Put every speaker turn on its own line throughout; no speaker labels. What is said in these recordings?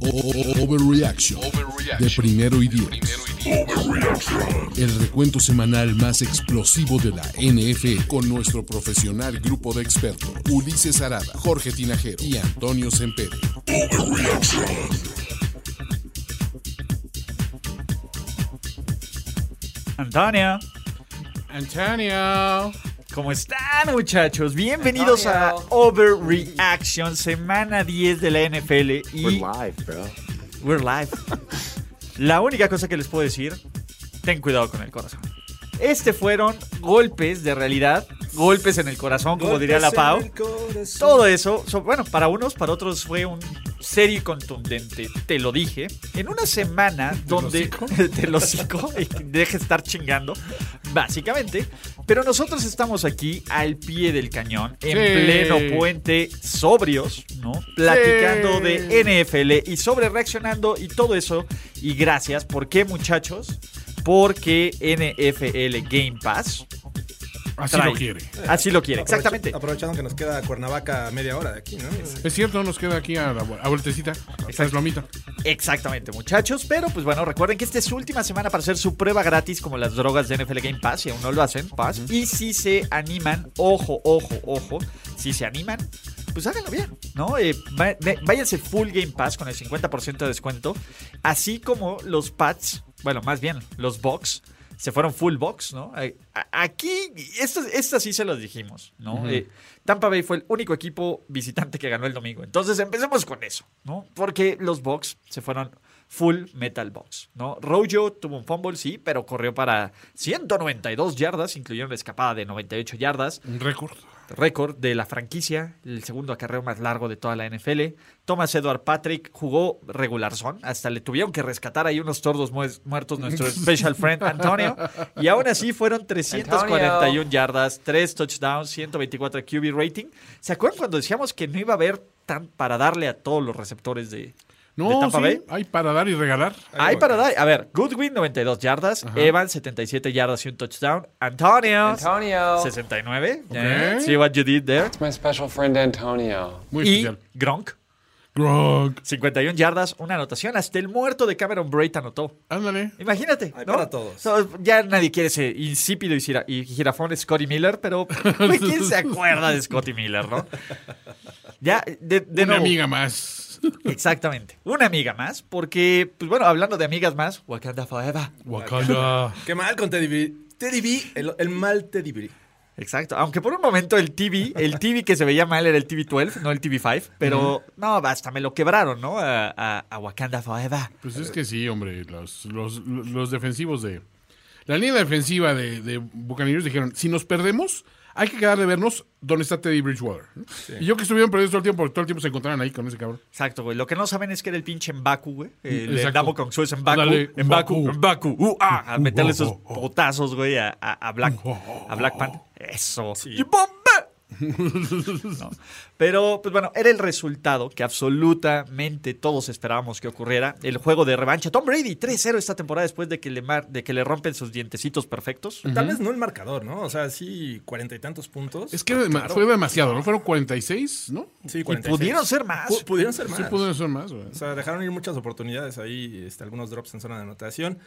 O- o- Overreaction de primero y diez. El recuento semanal más explosivo de la NFL con nuestro profesional grupo de expertos Ulises Arada, Jorge Tinajero y Antonio Sempere.
Antonia,
Antonio.
¿cómo están muchachos? Bienvenidos a Overreaction, semana 10 de la NFL y
We're live, bro.
we're live. La única cosa que les puedo decir, ten cuidado con el corazón. Este fueron golpes de realidad, golpes en el corazón, como diría la Pau. Todo eso, so- bueno, para unos, para otros fue un serio y contundente, te lo dije, en una semana donde te lo cico y deje estar chingando, básicamente, pero nosotros estamos aquí al pie del cañón, en pleno puente, sobrios, ¿no? Platicando de NFL y sobre reaccionando y todo eso, y gracias, ¿por qué muchachos? Porque NFL Game Pass.
Así
trae-
lo quiere.
Así lo quiere, exactamente.
Aprovechando que nos queda Cuernavaca a media hora de aquí, ¿no?
Es cierto, nos queda aquí a la vu- a vueltecita. Esa es lomita.
Exactamente, muchachos. Pero pues bueno, recuerden que esta es su última semana para hacer su prueba gratis, como las drogas de NFL Game Pass, si aún no lo hacen, Pass. Y si se animan, ojo, ojo, ojo, si se animan, pues háganlo bien, ¿no? Eh, va- ve- váyanse full Game Pass con el 50% de descuento, así como los pads, bueno, más bien los box. Se fueron full box, ¿no? Eh, a- Aquí, estas estas sí se los dijimos, ¿no? Eh, Tampa Bay fue el único equipo visitante que ganó el domingo. Entonces empecemos con eso, ¿no? Porque los Bucks se fueron full metal box, ¿no? Rojo tuvo un fumble, sí, pero corrió para 192 yardas, incluyendo una escapada de 98 yardas.
Un récord.
Récord de la franquicia, el segundo acarreo más largo de toda la NFL. Thomas Edward Patrick jugó regular son, hasta le tuvieron que rescatar ahí unos tordos mues- muertos nuestro special friend Antonio. Y aún así fueron 341 yardas, 3 touchdowns, 124 QB rating. ¿Se acuerdan cuando decíamos que no iba a haber tan para darle a todos los receptores de, de
No,
Tampa
sí,
Bay?
hay para dar y regalar.
Hay para dar. A ver, Goodwin 92 yardas, Evans 77 yardas y un touchdown, Antonio,
Antonio.
69.
Ok.
See what you did there.
My special friend Antonio.
Muy
y
especial.
Gronk,
Grog.
51 yardas, una anotación. Hasta el muerto de Cameron Braid anotó.
Ándale.
Imagínate.
Hay
¿no?
para todos.
So, ya nadie quiere ese insípido y, gira- y jirafón Scotty Miller, pero güey, ¿quién se acuerda de Scotty Miller, no? Ya, de, de
Una
nuevo.
amiga más.
Exactamente. Una amiga más, porque, pues bueno, hablando de amigas más, Wakanda Forever.
Wakanda.
Qué mal con Teddy B. Teddy B, el, el mal Teddy B.
Exacto. Aunque por un momento el TV, el TV que se veía mal era el TV12, no el TV5. Pero no, basta, me lo quebraron, ¿no? A, a- a Wakanda Forever.
Pues es que sí, hombre. Los, los, los defensivos de. La línea defensiva de, de Buccaneers dijeron: si nos perdemos, hay que quedar de vernos donde está Teddy Bridgewater. Y yo que estuvieron perdidos todo el tiempo, porque todo el tiempo se encontraron ahí con ese cabrón.
Exacto, güey. Lo que no saben es que era el pinche Mbaku, güey. El
Exacto.
Damo con Suez Mbaku.
Ándale,
Mbaku,
Mbaku.
Mbaku. Uh, ah, a
Uh,
meterle
oh,
esos
oh, oh.
potazos, güey, a, a, a Black,
Uh, oh, oh,
a Black Panther. Eso. ¡Y bomba! No. Pero, pues bueno, era el resultado que absolutamente todos esperábamos que ocurriera. El juego de revancha. Tom Brady 3-0 esta temporada después de que le, mar- de que le rompen sus dientecitos perfectos.
Tal vez no el marcador, ¿no? O sea, sí, cuarenta y tantos puntos.
Es que era dema- fue demasiado, ¿no? Fueron 46, ¿no?
Sí,
Y
46.
pudieron ser más.
Pu- pudieron ser más.
Sí, pudieron ser más, güey.
O sea, dejaron ir muchas oportunidades ahí, este, algunos drops en zona de anotación.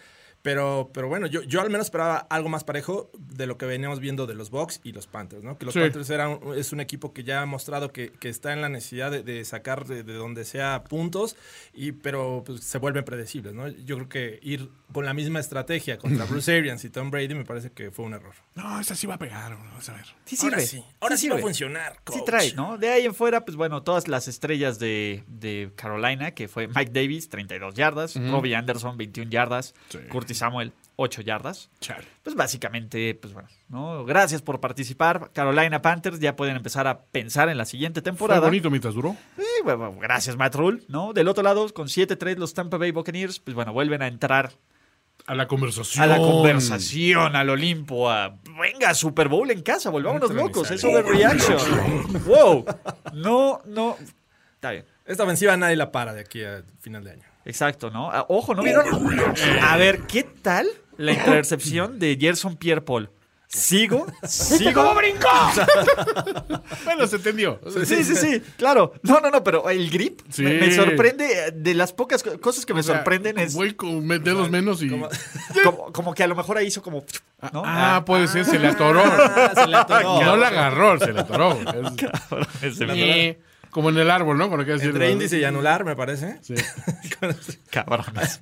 Pero, pero bueno, yo, yo al menos esperaba algo más parejo de lo que veníamos viendo de los Bucks y los Panthers, ¿no? Que los
Sí.
Panthers eran, es un equipo que ya ha mostrado que, que está en la necesidad de, de sacar de, de donde sea puntos, y, pero pues, se vuelven predecibles, ¿no? Yo creo que ir con la misma estrategia contra Bruce Arians y Tom Brady me parece que fue un error.
No, esa sí va a pegar, güey, vas a ver.
Sí
ahora
sirve.
sí, ahora sí, va a
sirve.
funcionar,
Sí
coach.
trae, ¿no? De ahí en fuera, pues bueno, todas las estrellas de, de Carolina, que fue Mike Davis, 32 yardas, Robbie Anderson, 21 yardas,
Sí.
Curtis Curtis Samuel, 8 yardas.
Chale.
Pues básicamente, pues bueno, ¿no? Gracias por participar. Carolina Panthers ya pueden empezar a pensar en la siguiente
Fue
temporada.
bonito mientras duró.
Sí, bueno, gracias, Matt Rule, ¿no? Del otro lado, con 7-3 los Tampa Bay Buccaneers, pues bueno, vuelven a entrar
A la conversación.
a la conversación, al Olimpo, a venga, Super Bowl en casa, volvámonos locos, es overreaction. wow. No, no. Está bien.
Esta ofensiva nadie la para de aquí a final de año.
Exacto, ¿no? Ah, Ojo, ¿no vieron? A ver, ¿qué tal la intercepción de Gerson Pierre Paul? Sigo, sigo. brincó?
Bueno, se entendió.
Sí, sí, sí, claro. No, no, no, pero el grip
Sí.
me, me sorprende. eh, De las pocas co- cosas que me
O sea,
sorprenden es
Güey, con me- dedos menos y.
como, como que a lo mejor ahí hizo como. ¿no? Ah,
Ah, puede ser, se le atoró. No la agarró, se le atoró. Es-
Ese
Eh, Como en el árbol, ¿no? Cuando quieres
Entre
decir-
índice y anular, me parece.
Sí.
cabrones.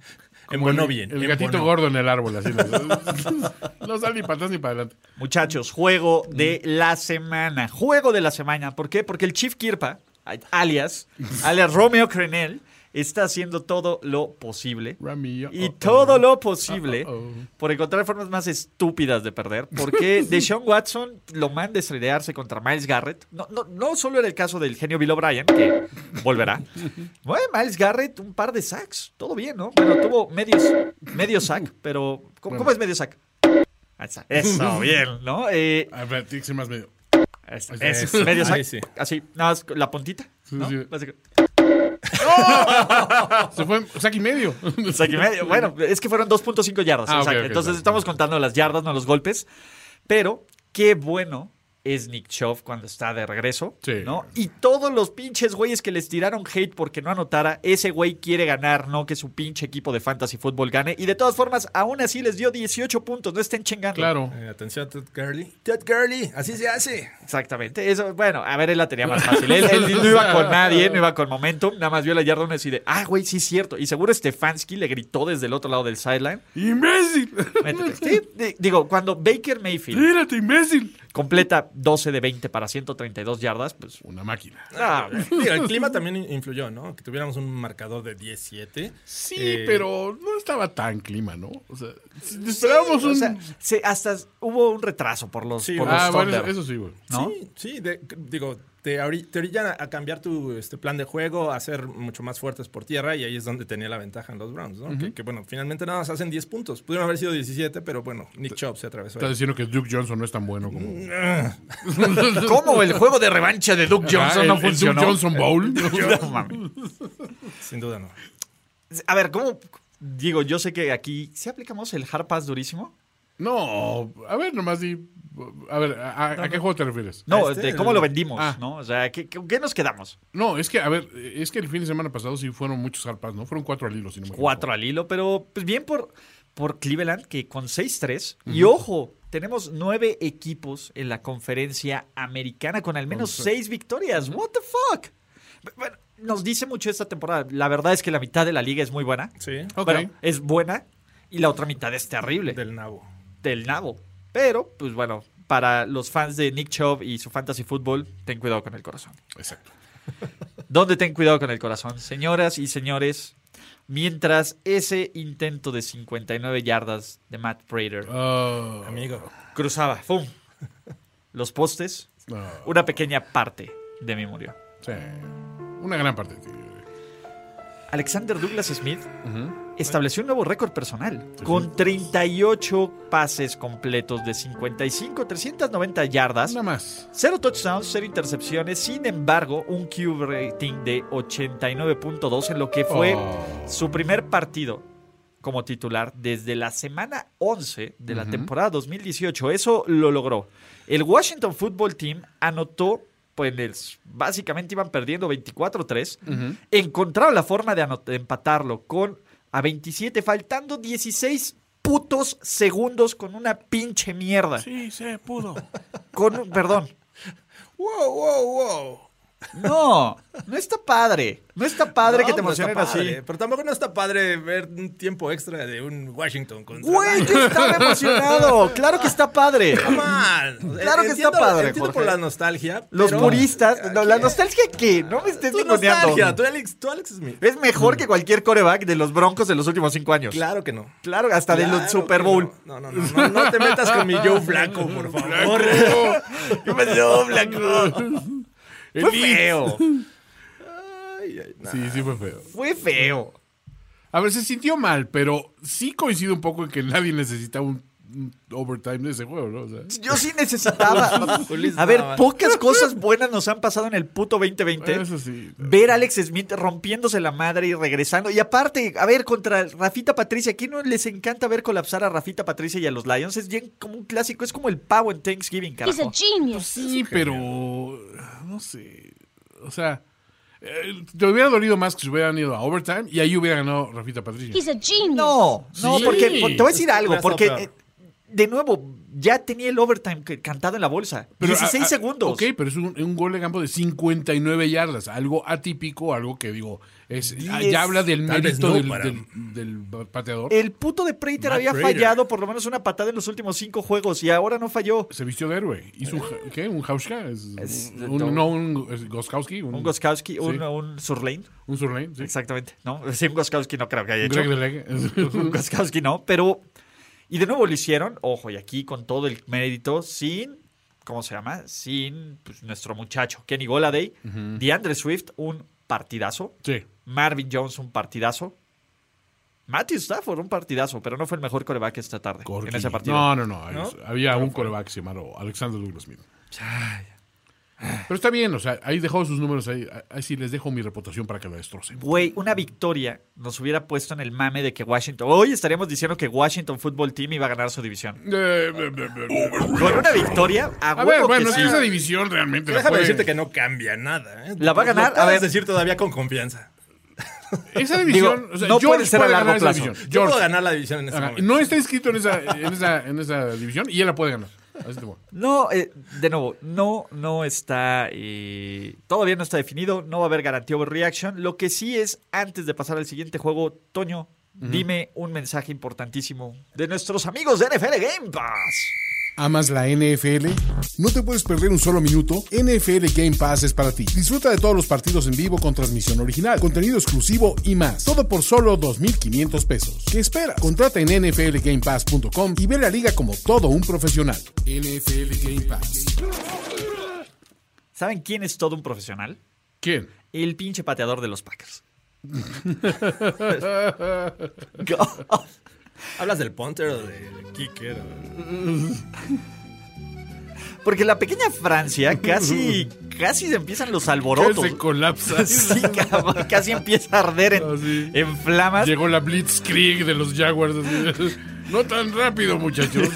En
Como
bueno
el-
bien.
El
en
gatito
bueno.
gordo en el árbol, así. no- No sale ni para atrás ni para adelante. Mm.
Muchachos, juego de la semana. Juego de la semana. ¿Por qué? Porque el Chief Kirpa, alias, alias Romeo Crenel, está haciendo todo lo posible.
Ramillo.
Y
Oh, oh.
todo lo posible
Oh, oh.
por encontrar formas más estúpidas de perder. Porque Deshaun Watson lo manda a estrearse contra Miles Garrett. No, no, no solo era el caso del genio Bill O'Brien, que volverá. Bueno, Miles Garrett, un par de sacks. Todo bien, ¿no? Bueno, tuvo medios, medio sack, pero ¿cómo, cómo es medio sack? Ahí está. Eso, bien, ¿no? Eh,
A ver, tiene que ser más medio.
es,
sea,
es
es-
medio
ahí
sac-
sí.
Así, nada más con la puntita. ¿no?
sí.
Básico-
Se fue, saque y medio.
o sea, que medio- bueno, es que fueron 2.5 yardas.
Ah,
o sea,
ok,
que
ok,
entonces
está.
estamos contando las yardas, no los golpes. Pero qué bueno es Nick Chubb cuando está de regreso.
Sí.
¿no? Y todos los pinches güeyes que les tiraron hate porque no anotara, ese güey quiere ganar, no que su pinche equipo de fantasy fútbol gane. Y de todas formas, aún así les dio 18 puntos. No estén chingando.
Claro.
Eh, atención a Ted Gurley. Ted Gurley, así se hace.
Exactamente. Eso, bueno, a ver, él la tenía más fácil. Él, él no iba con nadie, no iba con momentum. Nada más vio la yarda y decide, ah, güey, sí es cierto. Y seguro Stefanski le gritó desde el otro lado del sideline.
¡Imbécil!
Métete. Sí, di- digo, cuando Baker Mayfield
¡Mírate, imbécil!
completa 12 de 20 para 132 yardas, pues.
Una máquina.
ah, güey.
Digo, el clima también in- influyó, ¿no? Que tuviéramos un marcador de 17.
Sí,
Eh,
pero no estaba tan clima, ¿no? O sea, si esperábamos un.
O sea, se- hasta hubo un retraso por los,
Sí,
por los
ah, bueno,
Thunder,
eso sí, güey.
¿no?
Sí, sí, de- digo, te, abri- te orillan a, a cambiar tu este, plan de juego, a ser mucho más fuertes por tierra y ahí es donde tenía la ventaja en los Browns, ¿no? que, que, bueno, finalmente nada más hacen 10 puntos. Pudieron haber sido 17, pero bueno, Nick Chubb se atravesó.
Estás diciendo que Duke Johnson no es tan bueno como.
¿Cómo el juego de revancha de Duke
Ah,
Johnson no
el- el
funcionó?
Duke Johnson Bowl.
No mames.
Sin duda no.
A ver, ¿cómo? Digo, yo sé que aquí. ¿Sí aplicamos el hard pass durísimo?
No, a ver, nomás di. A ver, ¿a, a- a qué juego te refieres?
No,
Este,
de cómo
el-
lo vendimos,
Ah.
¿no? O sea, ¿qué, qué, qué nos quedamos?
No, es que, a ver, es que el fin de semana pasado sí fueron muchos harpas, ¿no? Fueron cuatro al hilo, si no me equivoco.
Cuatro al hilo, pero pues bien por, por Cleveland, que con 6-3. Y ojo, tenemos nueve equipos en la conferencia americana con al menos seis victorias. ¿What the fuck? B- Bueno, nos dice mucho esta temporada. La verdad es que la mitad de la liga es muy buena.
Sí,
Ok.
Bueno, es buena y la otra mitad es terrible.
del nabo.
del nabo. Pero, pues bueno, para los fans de Nick Chubb y su fantasy fútbol, ten cuidado con el corazón.
Exacto.
¿Dónde ten cuidado con el corazón? Señoras y señores, mientras ese intento de 59 yardas de Matt Prater
Ah,
Amigo,
cruzaba ¡fum! los postes,
no,
una pequeña parte de mí murió.
sí. Una gran parte.
Alexander Douglas Smith estableció un nuevo récord personal con 38 pases completos de 55, 390 yardas.
Nada más.
Cero touchdowns, cero intercepciones, sin embargo, un QB rating de 89.2 en lo que fue
Oh.
su primer partido como titular desde la semana 11 de la temporada 2018. Eso lo logró. El Washington Football Team anotó, pues en el- básicamente iban perdiendo 24-3, encontraron la forma de, anot- de empatarlo con a 27, faltando 16 putos segundos con una pinche mierda.
Sí, se pudo.
Con, un- perdón,
wow, wow, wow.
No, no está padre. No está padre que te
No, no está
emocionen
padre,
así.
Pero tampoco no está padre ver un tiempo extra de un Washington contra.
Güey, yo estaba emocionado. Claro que está padre.
Come on.
Claro que está
Entiendo-
padre,
Entiendo por
Jorge.
la nostalgia.
Los
pero-
puristas. No, la
Aquí-
nostalgia que no me estés
Tu Mm.
ninguneando.
nostalgia, tú Alex, tú Alex Smith.
Es mejor que cualquier coreback de los Broncos de los últimos cinco años.
Claro que no.
Claro, hasta del
Claro
Super
que
Bowl.
No, no, no, no, no, no te metas con mi Joe Flaco, por favor.
¿Qué pasó, Blanco? Fue feo.
Ay, ay, nah.
Sí, sí fue feo.
Fue feo.
A ver, se sintió mal, pero sí coincido un poco en que nadie necesitaba un, un overtime de ese juego, ¿no? O sea,
Yo sí necesitaba. A ver, pocas cosas buenas nos han pasado en el puto 2020.
Eso sí.
Ver a Alex Smith rompiéndose la madre y regresando. Y aparte, a ver, contra Rafita Patricia, ¿quién no les encanta ver colapsar a Rafita Patricia y a los Lions? Es bien como un clásico, es como el pavo en Thanksgiving,
He's a
carajo.
genius.
Sí, pero no sé. O sea, eh, te hubiera dolido más que se hubieran ido a overtime y ahí hubiera ganado Rafita Patricia.
He's a genius.
No, no,
Sí.
porque po- te voy a decir
Es que
algo,
hubiera
porque
estado
eh, de nuevo, ya tenía el overtime que- cantado en la bolsa.
Pero,
16
a- a-
segundos.
Ok, pero es un, un gol de campo de 59 yardas. Algo atípico, algo que digo, es, ya-
Diez. Eh.
ya habla del
Tal vez
mérito
no
del,
para-
del- del pateador.
El puto de Prater
Matt
había
Prater.
fallado por lo menos una patada en los últimos cinco juegos y ahora no falló.
Se vistió de héroe. Hizo un, ja- ¿qué? ¿Un Hauschka? Es-
Eh. Es-
un- no, un es Goskowski. Un,
Un Goskowski,
Mm. Sí.
un, un Surlane,
Un Surlane, sí.
exactamente. No, sí, un Goskowski no creo que haya
Un
hecho.
Greg Deleg.
Un Goskowski no, pero. Y de nuevo lo hicieron, ojo, y aquí con todo el mérito, sin. ¿Cómo se llama? Sin pues, nuestro muchacho, Kenny Goladay. DeAndre Swift, un partidazo.
Sí.
Marvin Jones, un partidazo. Matthew Stafford, un partidazo, pero no fue el mejor coreback esta tarde
Corky.
en ese partido.
No, no, no. Había un coreback que se llamaba Alexander Douglas Smith. Pero está bien, o sea, ahí dejó sus números, ahí, ahí sí les dejo mi reputación para que lo destrocen. Eh,
Güey, una victoria nos hubiera puesto en el mame de que Washington. Hoy estaríamos diciendo que Washington Football Team iba a ganar su división.
Eh, eh, eh, eh.
Con una victoria, a
A
huevo
ver,
que
bueno, es
sí.
que esa división realmente la
Déjame
puede-
decirte que no cambia nada. ¿eh?
La va a
Lo
ganar, a
acabas
ver.
de decir todavía con confianza.
Esa división,
Digo,
o sea,
no
George
puede ser a largo
ganar esa
plazo.
división.
Yo
George.
puedo ganar la división en este
Ajá,
momento.
No está inscrito en esa, en esa, en esa división y él la puede ganar. Así te voy.
No, eh, de nuevo, no, no está. eh, todavía no está definido, no va a haber garantía overreaction. Lo que sí es, antes de pasar al siguiente juego, Toño, dime un mensaje importantísimo de nuestros amigos de NFL Game Pass.
¿Amas la NFL? No te puedes perder un solo minuto. NFL Game Pass es para ti. Disfruta de todos los partidos en vivo con transmisión original, contenido exclusivo y más. Todo por solo 2.500 pesos. ¿Qué espera? Contrata en nflgamepass.com y ve la liga como todo un profesional. NFL Game Pass.
¿Saben quién es todo un profesional?
¿Quién?
El pinche pateador de los Packers. God.
¿Hablas del punter o del kicker?
Porque la pequeña Francia casi, casi se empiezan los alborotos.
Se colapsa.
Sí, cabrón, casi empieza a arder en,
Ah, sí.
en flamas.
Llegó la Blitzkrieg de los Jaguars. así. No tan rápido, muchachos.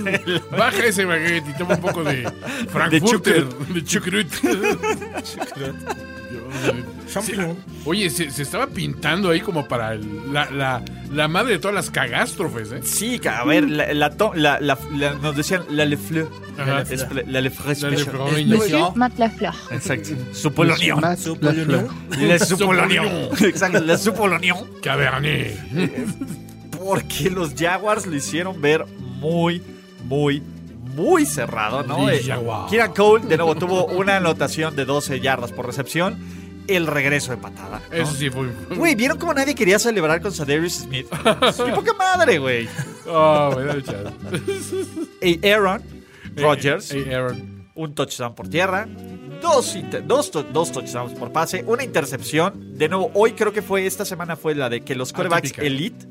Baja ese baguette y toma un poco de Frankfurter, de chucrut. Dios, eh.
Champiñón.
Oye, se, se estaba pintando ahí como para el- la, la- la madre de todas las catástrofes, ¿eh?
Sí, ca- a ver, la, la to- la- la- la- nos decían la Le Fleur.
Ajá.
Es pla- La Le Fleur
La de
Special.
Frobeña.
Matt LaFleur.
Exacto. Su polonión.
Su pollo.
La su polonión. Exacto, la su polonión.
Cabernet.
Porque los Jaguars lo hicieron ver muy, muy, muy cerrado, ¿no? Eh,
Los Jaguars.
Kieran Cole, de nuevo, tuvo una anotación de 12 yardas por recepción. El regreso de patada. ¿no?
Eso sí fue.
Güey, ¿vieron cómo nadie quería celebrar con Sadarius Smith? ¡Qué poca madre, güey!
Oh, me da chance.
Y Aaron Eh, Rodgers,
Hey, Aaron.
un touchdown por tierra, dos, inter- dos, to- dos touchdowns por pase, una intercepción. De nuevo, hoy creo que fue, esta semana fue la de que los quarterbacks
Atípica.
elite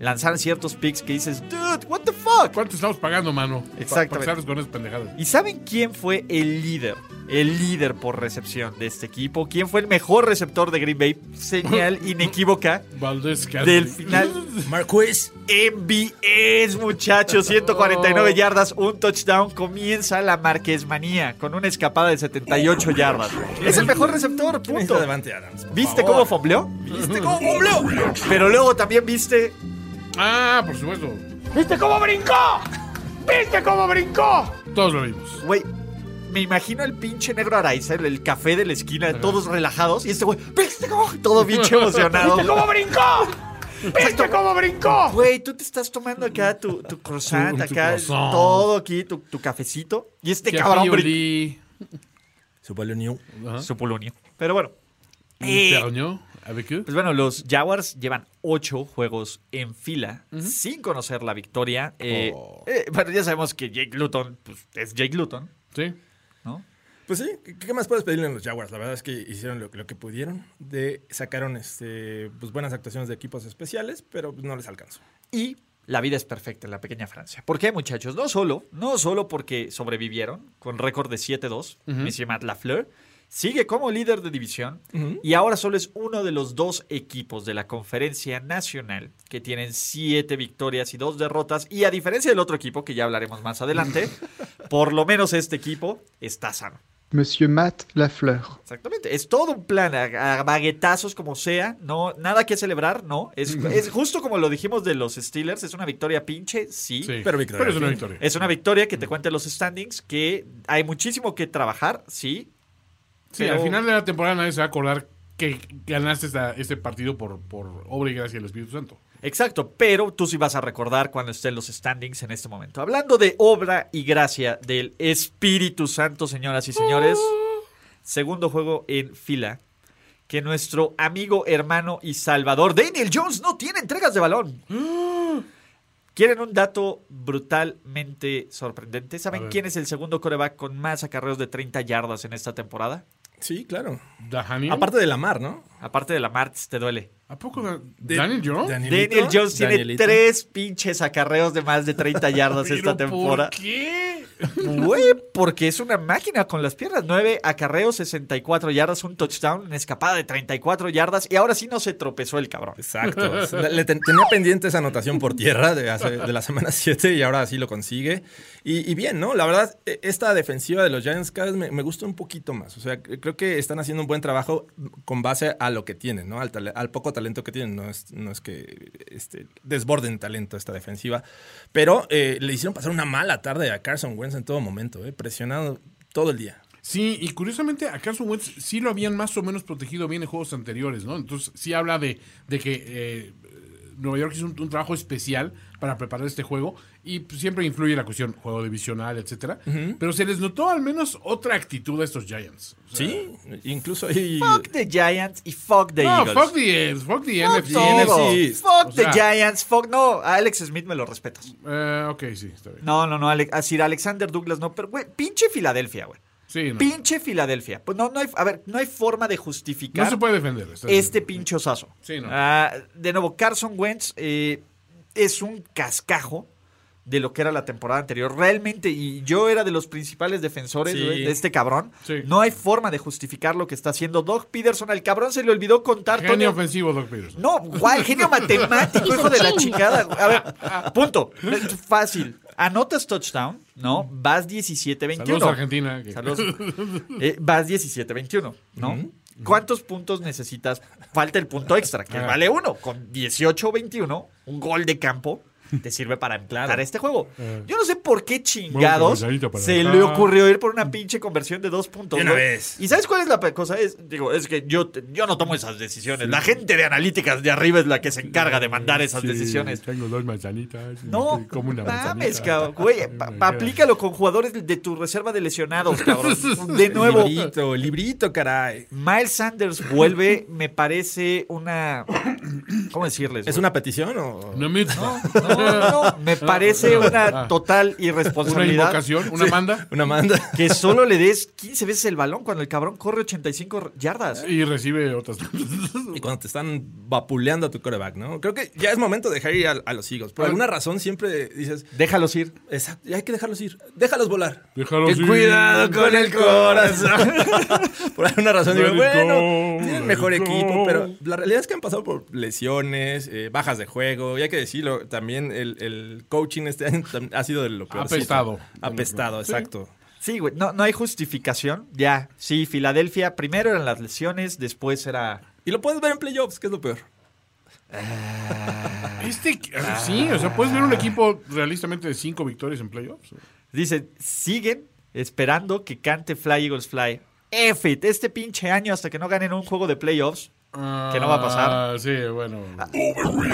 lanzaron ciertos picks que dices, dude, what the fuck?
¿Cuánto estamos pagando, mano?
Exactamente.
Para pasarnos con esas pendejadas.
¿Y saben quién fue el líder? El líder por recepción de este equipo. ¿Quién fue el mejor receptor de Green Bay? Señal inequívoca
Valdés Cassidy.
del final.
Marquis.
MBS, muchachos. 149 yardas, un touchdown. Comienza la Marquesmanía con una escapada de 78 yardas. Es el mejor receptor,
¿Quién está
punto.
Davante Adams? por
¿Viste
favor?
cómo fombleó? ¿Viste cómo fombleó? Pero luego también viste.
Ah, por supuesto.
¿Viste cómo brincó? ¿Viste cómo brincó?
Todos lo vimos.
Güey, me imagino el pinche negro Araiza, el, el café de la esquina, todos relajados. Y este güey, ¿viste cómo? Todo pinche emocionado. ¿Viste cómo brincó? ¿Viste cómo brincó? Güey, tú te estás tomando acá tu, tu croissant,
Tu- tu
acá
croissant.
todo aquí, tu, tu cafecito. Y este
Qué
cabrón brincó.
friolí.
Su balonio.
Ajá.
Su polonio. Pero bueno.
¿Te
Eh,
arruinó? ¿Avec eux?
Pues bueno, los Jaguars llevan ocho juegos en fila sin conocer la victoria. Eh, eh, bueno, ya sabemos que Jake Luton pues, es Jake Luton,
Sí.
¿no?
Pues sí, ¿qué qué más puedes pedirle a los Jaguars? La verdad es que hicieron lo, lo que pudieron. De, sacaron este, pues, buenas actuaciones de equipos especiales, pero pues, no les alcanzó.
Y la vida es perfecta en la pequeña Francia. ¿Por qué, muchachos? No solo, no solo porque sobrevivieron con récord de 7-2, Monsieur Matt Lafleur. Sigue como líder de división y ahora solo es uno de los dos equipos de la conferencia nacional que tienen siete victorias y dos derrotas. Y a diferencia del otro equipo, que ya hablaremos más adelante, por lo menos este equipo está sano.
Monsieur Matt Lafleur.
Exactamente. Es todo un plan, a, a baguetazos como sea. No, nada que celebrar, no. Es, es justo como lo dijimos de los Steelers, es una victoria pinche, sí.
Sí. Mm.
Pero victoria.
Pero es una victoria.
Es una victoria que te cuenta los standings, que hay muchísimo que trabajar, sí.
Sí,
pero-
al final de la temporada nadie se va a acordar que ganaste esta- este partido por, por obra y gracia del Espíritu Santo.
Exacto, pero tú sí vas a recordar cuando estén los standings en este momento. Hablando de obra y gracia del Espíritu Santo, señoras y señores. Segundo juego en fila. Que nuestro amigo, hermano y salvador Daniel Jones no tiene entregas de balón. ¿Quieren un dato brutalmente sorprendente? ¿Saben quién es el segundo coreback con más acarreos de 30 yardas en esta temporada?
Sí, claro.
Daniel.
Aparte de la mar, ¿no?
Aparte de la Martz, te duele.
¿A poco Da- Daniel Jones?
Danielito.
Daniel Jones tiene
Danielito.
tres pinches acarreos de más de 30 yardas
¿Pero
esta temporada.
¿Por qué?
Güey, porque es una máquina con las piernas. 9 acarreos, 64 yardas, un touchdown, una escapada de 34 yardas. Y ahora sí no se tropezó el cabrón.
Exacto. Le- le ten- tenía pendiente esa anotación por tierra de, hace- de la semana 7 y ahora sí lo consigue. Y, y bien, ¿no? La verdad, e- esta defensiva de los Giants cada vez me, me gusta un poquito más. O sea, cre- creo que están haciendo un buen trabajo con base a lo que tienen, ¿no? Al, tale- al poco talento que tienen. No es, no es que este, desborden talento esta defensiva. Pero eh, le hicieron pasar una mala tarde a Carson Wentz en todo momento, ¿eh? Presionado todo el día.
Sí, y curiosamente a Carson Wentz sí lo habían más o menos protegido bien en juegos anteriores, ¿no? Entonces sí habla de, de que eh, Nueva York hizo un, un trabajo especial para preparar este juego y pues, siempre influye la cuestión juego divisional, etcétera. Pero se les notó al menos otra actitud a estos Giants. O sea,
Sí, incluso ahí.
Fuck the Giants y fuck the
No,
Eagles.
fuck the, fuck the
Fuck
NFC.
todo.
NFC.
Fuck
O sea-
the Giants, fuck. No, a Alex Smith me lo respetas.
Eh, ok, sí, está bien.
No, no, no, Ale- a Sir Alexander Douglas no, pero güey, pinche Filadelfia, güey.
Sí, no.
Pinche Filadelfia. Pues no, no hay, a ver, no hay forma de justificar.
No se puede defender. está bien.
este pinche osazo.
Sí, no.
Ah, de nuevo, Carson Wentz eh, es un cascajo de lo que era la temporada anterior. Realmente, y yo era de los principales defensores
Sí.
güey, de este cabrón.
Sí.
No hay forma de justificar lo que está haciendo Doug Peterson. Al cabrón se le olvidó contar
Genio
Toño.
ofensivo, Doc Peterson.
No, guay, genio matemático, hijo de la chingada. A ver, punto. Fácil. Anotas touchdown, ¿no? Vas 17-21.
Saludos a Argentina. que-
Saludos. Eh, vas 17-21, ¿no? ¿Cuántos puntos necesitas? Falta el punto extra, que
Ah.
vale uno. Con 18-21, un gol de campo te sirve para empatar este juego.
Ah.
Yo no sé por qué chingados
pensadito pues, para Ah.
se
acá.
le ocurrió ir por una pinche conversión de dos puntos.
De una
güey.
vez.
¿Y sabes cuál es la pe- cosa? Es, digo, es que yo, te- yo no tomo esas decisiones. La gente de analíticas de arriba es la que se encarga de mandar esas
Sí,
decisiones.
Tengo dos manzanitas.
No,
estoy como una
mames,
manzanita.
cabrón. Güey,
Me
pa-
queda.
pa- aplícalo con jugadores de- de tu reserva de lesionados, cabrón. De nuevo,
Librito, librito, caray.
Miles Sanders vuelve, me parece una. ¿Cómo decirles?
¿Es
güey?
una petición o.?
Una mitzvah.
No, no, no, me parece una
Ah.
total
Una
irresponsabilidad.
invocación, una manda.
Una manda.
Que solo le des 15 veces el balón cuando el cabrón corre 85 yardas.
Y recibe otras.
Y cuando te están vapuleando a tu coreback, ¿no? Creo que ya es momento de dejar ir a, a los Eagles. Por alguna razón siempre dices,
Déjalos ir.
exacto, ya hay que dejarlos ir. Déjalos volar.
Déjalos
Que
ir.
Cuidado con el corazón. por alguna razón digo,
Let it
bueno,
go, let
tienen mejor
it go.
equipo, pero la realidad es que han pasado por lesiones, eh, bajas de juego, y hay que decirlo, también el, el coaching este año tam- ha sido de lo peor.
Apestado.
Apestado, exacto.
Sí, güey, no, no hay justificación. Ya, sí, Filadelfia, primero eran las lesiones, después era.
Y lo puedes ver en playoffs, que es lo peor.
Ah.
Este, sí, o sea, puedes ver un equipo realistamente de cinco victorias en playoffs.
Dicen, siguen esperando que cante Fly Eagles Fly. F it, este pinche año hasta que no ganen un juego de playoffs. Que no va a pasar.
Ah, sí, bueno.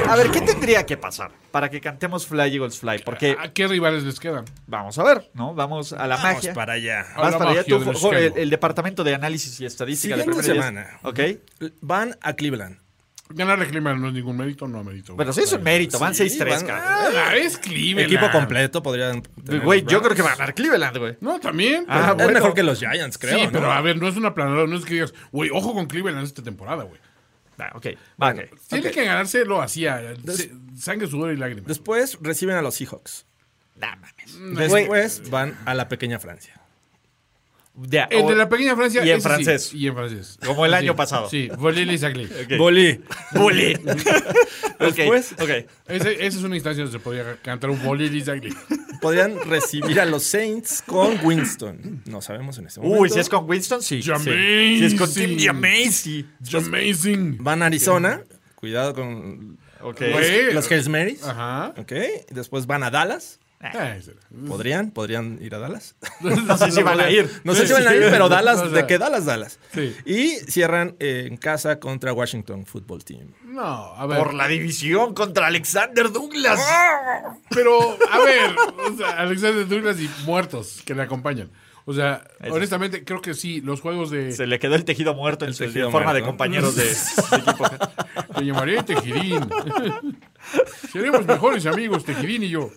A ver, ¿qué tendría que pasar para que cantemos Fly Eagles Fly? Porque
¿A qué rivales les quedan?
vamos a ver, ¿no? Vamos a la
Vamos
magia.
para allá.
Vas
la
para allá
magia
tú,
del
Jorge, el,
esquema.
el departamento de análisis y estadística de
Siguiente
Premier
semana.
Diez. Ok.
Van a Cleveland.
Ganar a Cleveland no es ningún mérito, no mérito.
Pero sí es un mérito, van
Sí,
6-3,
van-
cabrón.
Ah, la es Cleveland.
Equipo completo podrían. tener
Güey,
los
yo creo que va a
Browns.
ganar Cleveland, güey.
No, también.
Ah,
pero-
Es
bueno.
mejor que los Giants, creo.
sí,
¿no?
pero a ver, no es una planadora, no es que digas, güey, ojo con Cleveland esta temporada, güey.
Ah, ok, va, ok.
Tiene que ganárselo así, a- eh, se- sangre, sudor y lágrimas.
Después reciben a los Seahawks.
Nah, mames.
Después van a la pequeña Francia.
Ya,
El
o-
de la pequeña Francia.
Y en
ese sí,
francés.
y en francés.
Como el
Sí,
año pasado.
Sí, volé y saglé.
Ok.
Bolí.
Bully. Después,
Después-
ok.
Ese- Esa es una instancia donde se podía cantar un volé y saglé.
Podrían recibir a los Saints con Winston. No sabemos en este momento.
Uy, si es con Winston, sí. sí.
Jamaica.
Si es con Tim Jamaica, sí.
Amazing.
Van a Arizona. Cuidado con
Ok.
Güey.
los, los Hail Marys.
Ah.
Ajá.
Ok. Después van a Dallas.
Ah, ese era.
¿Podrían? ¿Podrían ir a Dallas?
No sé si van a ir.
No sé si van a ir, pero Dallas, ¿de qué Dallas? Dallas.
Sí.
Y cierran eh, en casa contra Washington Football Team.
No, a ver.
Por la división contra Alexander Douglas.
Pero, a ver, o sea, Alexander Douglas y muertos que le acompañan. O sea, honestamente, creo que sí, los juegos
Se
de
le quedó el tejido muerto en su
tejido
forma de
muerto.
compañeros de, de equipo.
Doña María y Tejirín. Seremos mejores amigos, Tejirín y yo.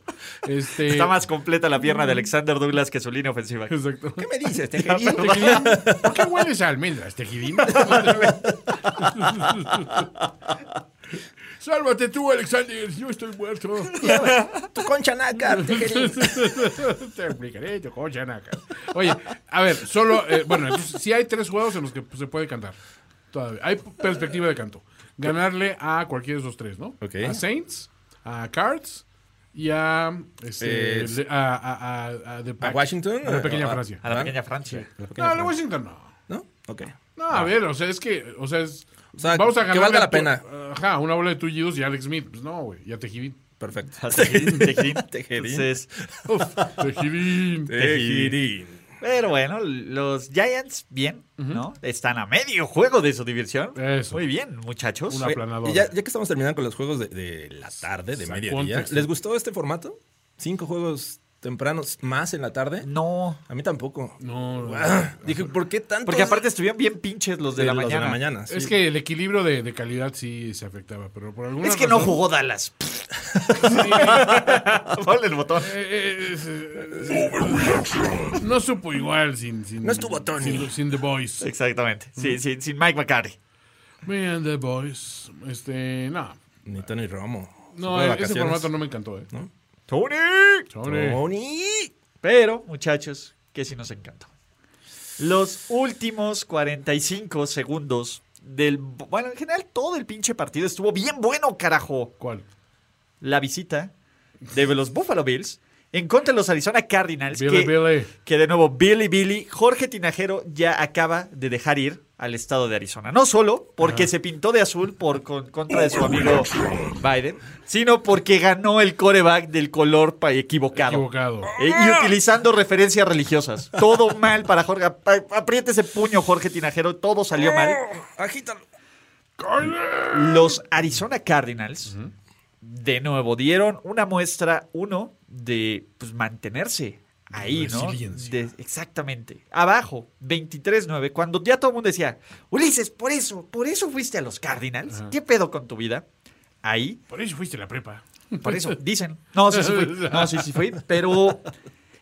Este,
Está más completa la pierna de Alexander Douglas que su línea ofensiva.
Exacto.
¿Qué me dices, Tejerín?
Tejirín, ¿Por qué hueles a almendras, Tejirín? Sálvate tú, Alexander, yo estoy muerto.
Tu concha nácar, Tejerín.
Te explicaré, tu concha, naca. Oye, a ver, solo, eh, bueno, entonces, sí hay tres juegos en los que se puede cantar. Todavía. Hay perspectiva de canto. Ganarle a cualquiera de esos tres, ¿no?
Ok.
A Saints, a Cards y a, este,
Es-
le- a, a- a- a The Pack.
Washington?
A la pequeña
¿O a-
Francia.
Ah,
¿Ah?
A la pequeña Francia.
La pequeña
No, a
Francia.
Washington no.
¿No? Ok.
No, a ver, o sea, es que, o sea, es-
Ah. O sea,
vamos a
que
ganar
valga la pena.
Ajá, una bola de tullidos y Alex Smith. Pues no, güey, y a Tejirín.
Perfecto.
Tejirín, Tejirín.
Tejirín.
Ah, Entonces,
Uf, Tejirín.
Tejerín.
pero bueno, los Giants, bien, ¿no? Están a medio juego de su diversión.
Eso.
Muy bien, muchachos. Eh,
Una- aplanadora.
Y ya, ya que estamos terminando con los juegos de, de la tarde, de
Sa-
mediodía,
contexto.
¿les gustó este formato? Cinco juegos tempranos más en la tarde.
No.
A mí tampoco.
No, no.
Ah, Dije, ¿por qué tanto?
Porque aparte estuvieron bien pinches los de, la, mañana.
sí.
Es que el equilibrio de, de calidad sí se afectaba, pero por alguna
Es que no
razón-
jugó Dallas. Ponle el botón.
Eh, eh, es, eh, no supo igual sin, sin-
No estuvo Tony.
Sin, sin The Boys.
Exactamente. Sí, sí, sin Mike McCarthy.
Me and The Boys. Este, no.
Ni Tony Romo.
No,
Fue de
eh, ese
vacaciones.
formato no me encantó, ¿eh?
¡Tony!
Sobre-
Tony.
Pero, muchachos, que sí nos encantó. Los últimos 45 segundos del. Bueno, en general, todo el pinche partido estuvo bien bueno, carajo.
¿Cuál?
La visita de los Buffalo Bills en contra de los Arizona Cardinals.
Billy,
que-
Billy.
Que de nuevo, Billy Billy, Jorge Tinajero ya acaba de dejar ir al estado de Arizona. No solo porque se pintó de azul por con- contra de su amigo Biden, sino porque ganó el coreback del color pa- equivocado.
Equivocado.
Eh, y utilizando referencias religiosas. Todo mal para Jorge. Ap- Apriete ese puño, Jorge Tinajero. Todo salió mal.
Agítalo.
Los Arizona Cardinals, de nuevo, dieron una muestra, uno, de pues, mantenerse ahí, ¿no?
Resiliencia.
De- exactamente. Abajo, 23-9, cuando ya todo el mundo decía, Ulises, por eso, por eso fuiste a los Cardinals. ¿Qué pedo con tu vida? Ahí,
Por eso fuiste a la prepa.
por eso, dicen. No, sí, sí fui. No, sí, sí fui. Pero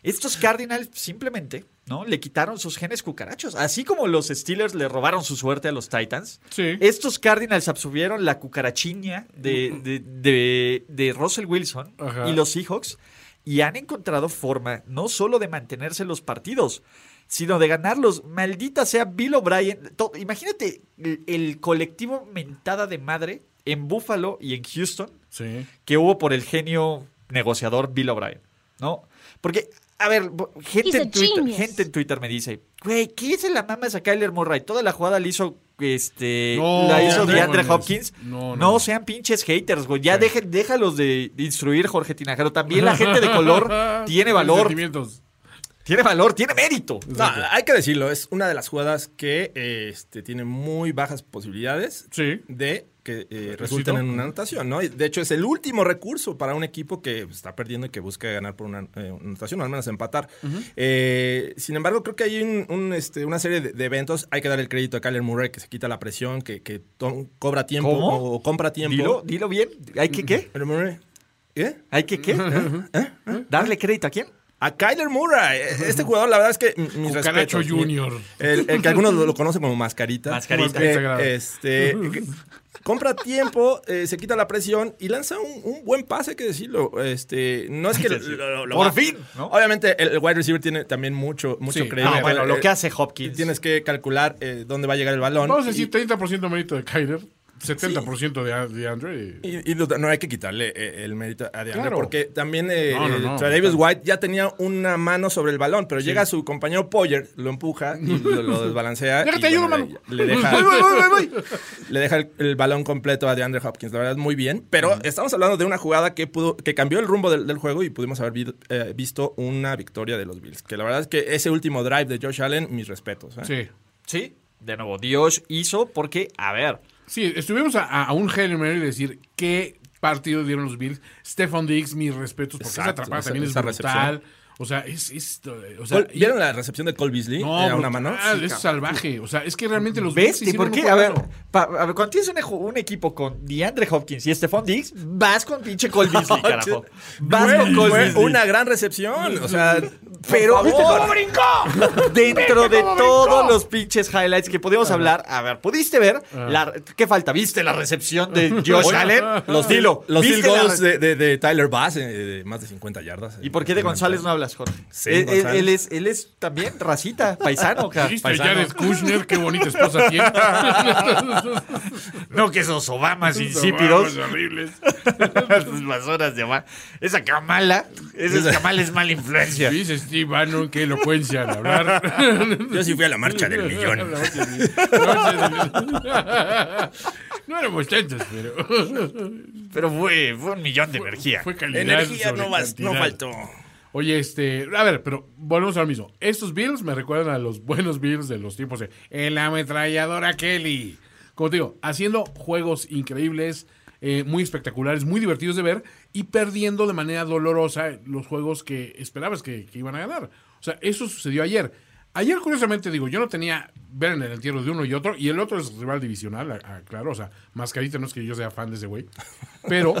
estos Cardinals simplemente, ¿no? Le quitaron sus genes cucarachos. Así como los Steelers le robaron su suerte a los Titans.
Sí.
Estos Cardinals absorbieron la cucarachiña de, de, de- de Russell Wilson
Ajá.
y los Seahawks y han encontrado forma no solo de mantenerse en los partidos, sino de ganarlos. Maldita sea Bill O'Brien. To- Imagínate el, el colectivo mentada de madre en Buffalo y en Houston
Sí.
que hubo por el genio negociador Bill O'Brien, ¿no? Porque, a ver, bo- gente
He's a
en, Twitter,
genius.
gente en Twitter me dice, güey, ¿qué es la mames a Kyler Murray? Toda la jugada la hizo, este,
No,
la hizo
no
DeAndre
mames.
Hopkins.
No, no.
No, sean pinches haters, güey. Ya dejen, déjalos de instruir, Jorge Tinajero. También la gente de color tiene valor,
Sentimientos.
Tiene valor, tiene mérito.
No, hay que decirlo, es una de las jugadas que eh, este, tiene muy bajas posibilidades
Sí.
de que eh, resulten en una anotación, ¿no? Y De hecho, es el último recurso para un equipo que está perdiendo y que busca ganar por una eh, una anotación, o al menos empatar. Eh, sin embargo, creo que hay un- un, este, una serie de, de eventos. Hay que dar el crédito a Kyler Murray, que se quita la presión, que, que to- cobra tiempo
¿Cómo?
o, o compra tiempo.
Dilo, dilo bien. ¿Hay que qué?
Kyler Murray. ¿Eh?
¿Hay que qué? ¿Eh? ¿Darle crédito a quién?
A Kyler Murray. Este jugador, la verdad es que. m- mis
Cucaracho
respetos.
Junior.
El, el que algunos lo, lo conocen como mascarita.
Mascarita.
Eh,
Sagrado.
este, que- compra tiempo, eh, se quita la presión y lanza un, un buen pase, hay que decirlo. Este, no es que lo, lo- lo-
Por
va-
fin, ¿no?
Obviamente el, el wide receiver tiene también mucho, mucho
Sí.
crédito.
Ah,
bueno, lo
Eh,
que hace Hopkins.
Tienes que calcular eh, dónde va a llegar el balón.
Vamos a
y-
decir 30% mérito de Kyler, 70% de, An- de Andre.
Y, y lo- no hay que quitarle eh, el mérito a DeAndre,
Claro.
porque también eh,
No, no, no.
eh, Tredavious White ya tenía una mano sobre el balón, pero llega su compañero Poyer, lo empuja y lo, lo desbalancea.
Déjate,
y,
ayudo,
le-
mano.
Le, deja,
Voy, voy, voy, voy, voy.
le deja el, el balón completo a DeAndre Hopkins, la verdad, muy bien. Pero estamos hablando de una jugada que pudo que cambió el rumbo del, del juego y pudimos haber vid- eh, visto una victoria de los Bills. Que la verdad es que ese último drive de Josh Allen, mis respetos. ¿eh?
Sí.
Sí. De nuevo, Dios hizo porque, a ver,
Sí, estuvimos a, a- a un Hail Mary y decir qué partido dieron los Bills. Stefan Diggs, mis respetos, porque esa
Exacto,
atrapada
esa-
también es
esa
brutal. O sea, es. es, o sea,
Col-
y-
¿Vieron la recepción de Cole Beasley?
No,
Era una
brutal,
mano.
es salvaje. O sea, es que realmente los Bills
¿ves? ¿Y
hicieron
por
un
qué? A ver,
juegazo.
pa- a ver, cuando tienes un, ejo- un equipo con DeAndre Hopkins y Stephon Diggs, vas con pinche Cole Beasley, carajo. Vas con Cole
Fue
Beasley.
una gran recepción. O sea,
Pero
por favor.
dentro de todos los pinches highlights que podíamos hablar, a ver, ¿pudiste ver? la- ¿Qué falta? ¿Viste la recepción de Josh Allen?
los dilo, los field
¿Viste la-
goals de, de- de Tyler Bass eh, de más de 50 yardas. eh,
¿Y por qué de González no hablas, Jorge?
Sí,
él, él-
González.
él es, él es también racita, paisano, ca-
Dijiste
paisano.
Jared Kushner, qué bonita esposa tiene.
No, que esos Obamas
Vamos,
insípidos,
horribles.
esas basuras de Obama. Esa Kamala, esa Kamala es mala influencia.
Dice Steve Bannon, qué elocuencia al hablar.
Yo sí fui a la marcha del millón.
No éramos tantos, pero
Pero fue, fue un millón de energía.
fue calidad.
Energía
sobre
no, vas- no
cantidad.
faltó.
Oye, este, a ver, pero volvemos a lo mismo. Estos Bills me recuerdan a los buenos Bills de los tiempos de El Ametralladora Kelly. Como te digo, haciendo juegos increíbles, eh, muy espectaculares, muy divertidos de ver y perdiendo de manera dolorosa los juegos que esperabas que, que iban a ganar. O sea, eso sucedió ayer. Ayer, curiosamente, digo, yo no tenía ver en el entierro de uno y otro, y el otro es rival divisional, a- a- claro, o sea, mascarita no es que yo sea fan de ese güey, pero,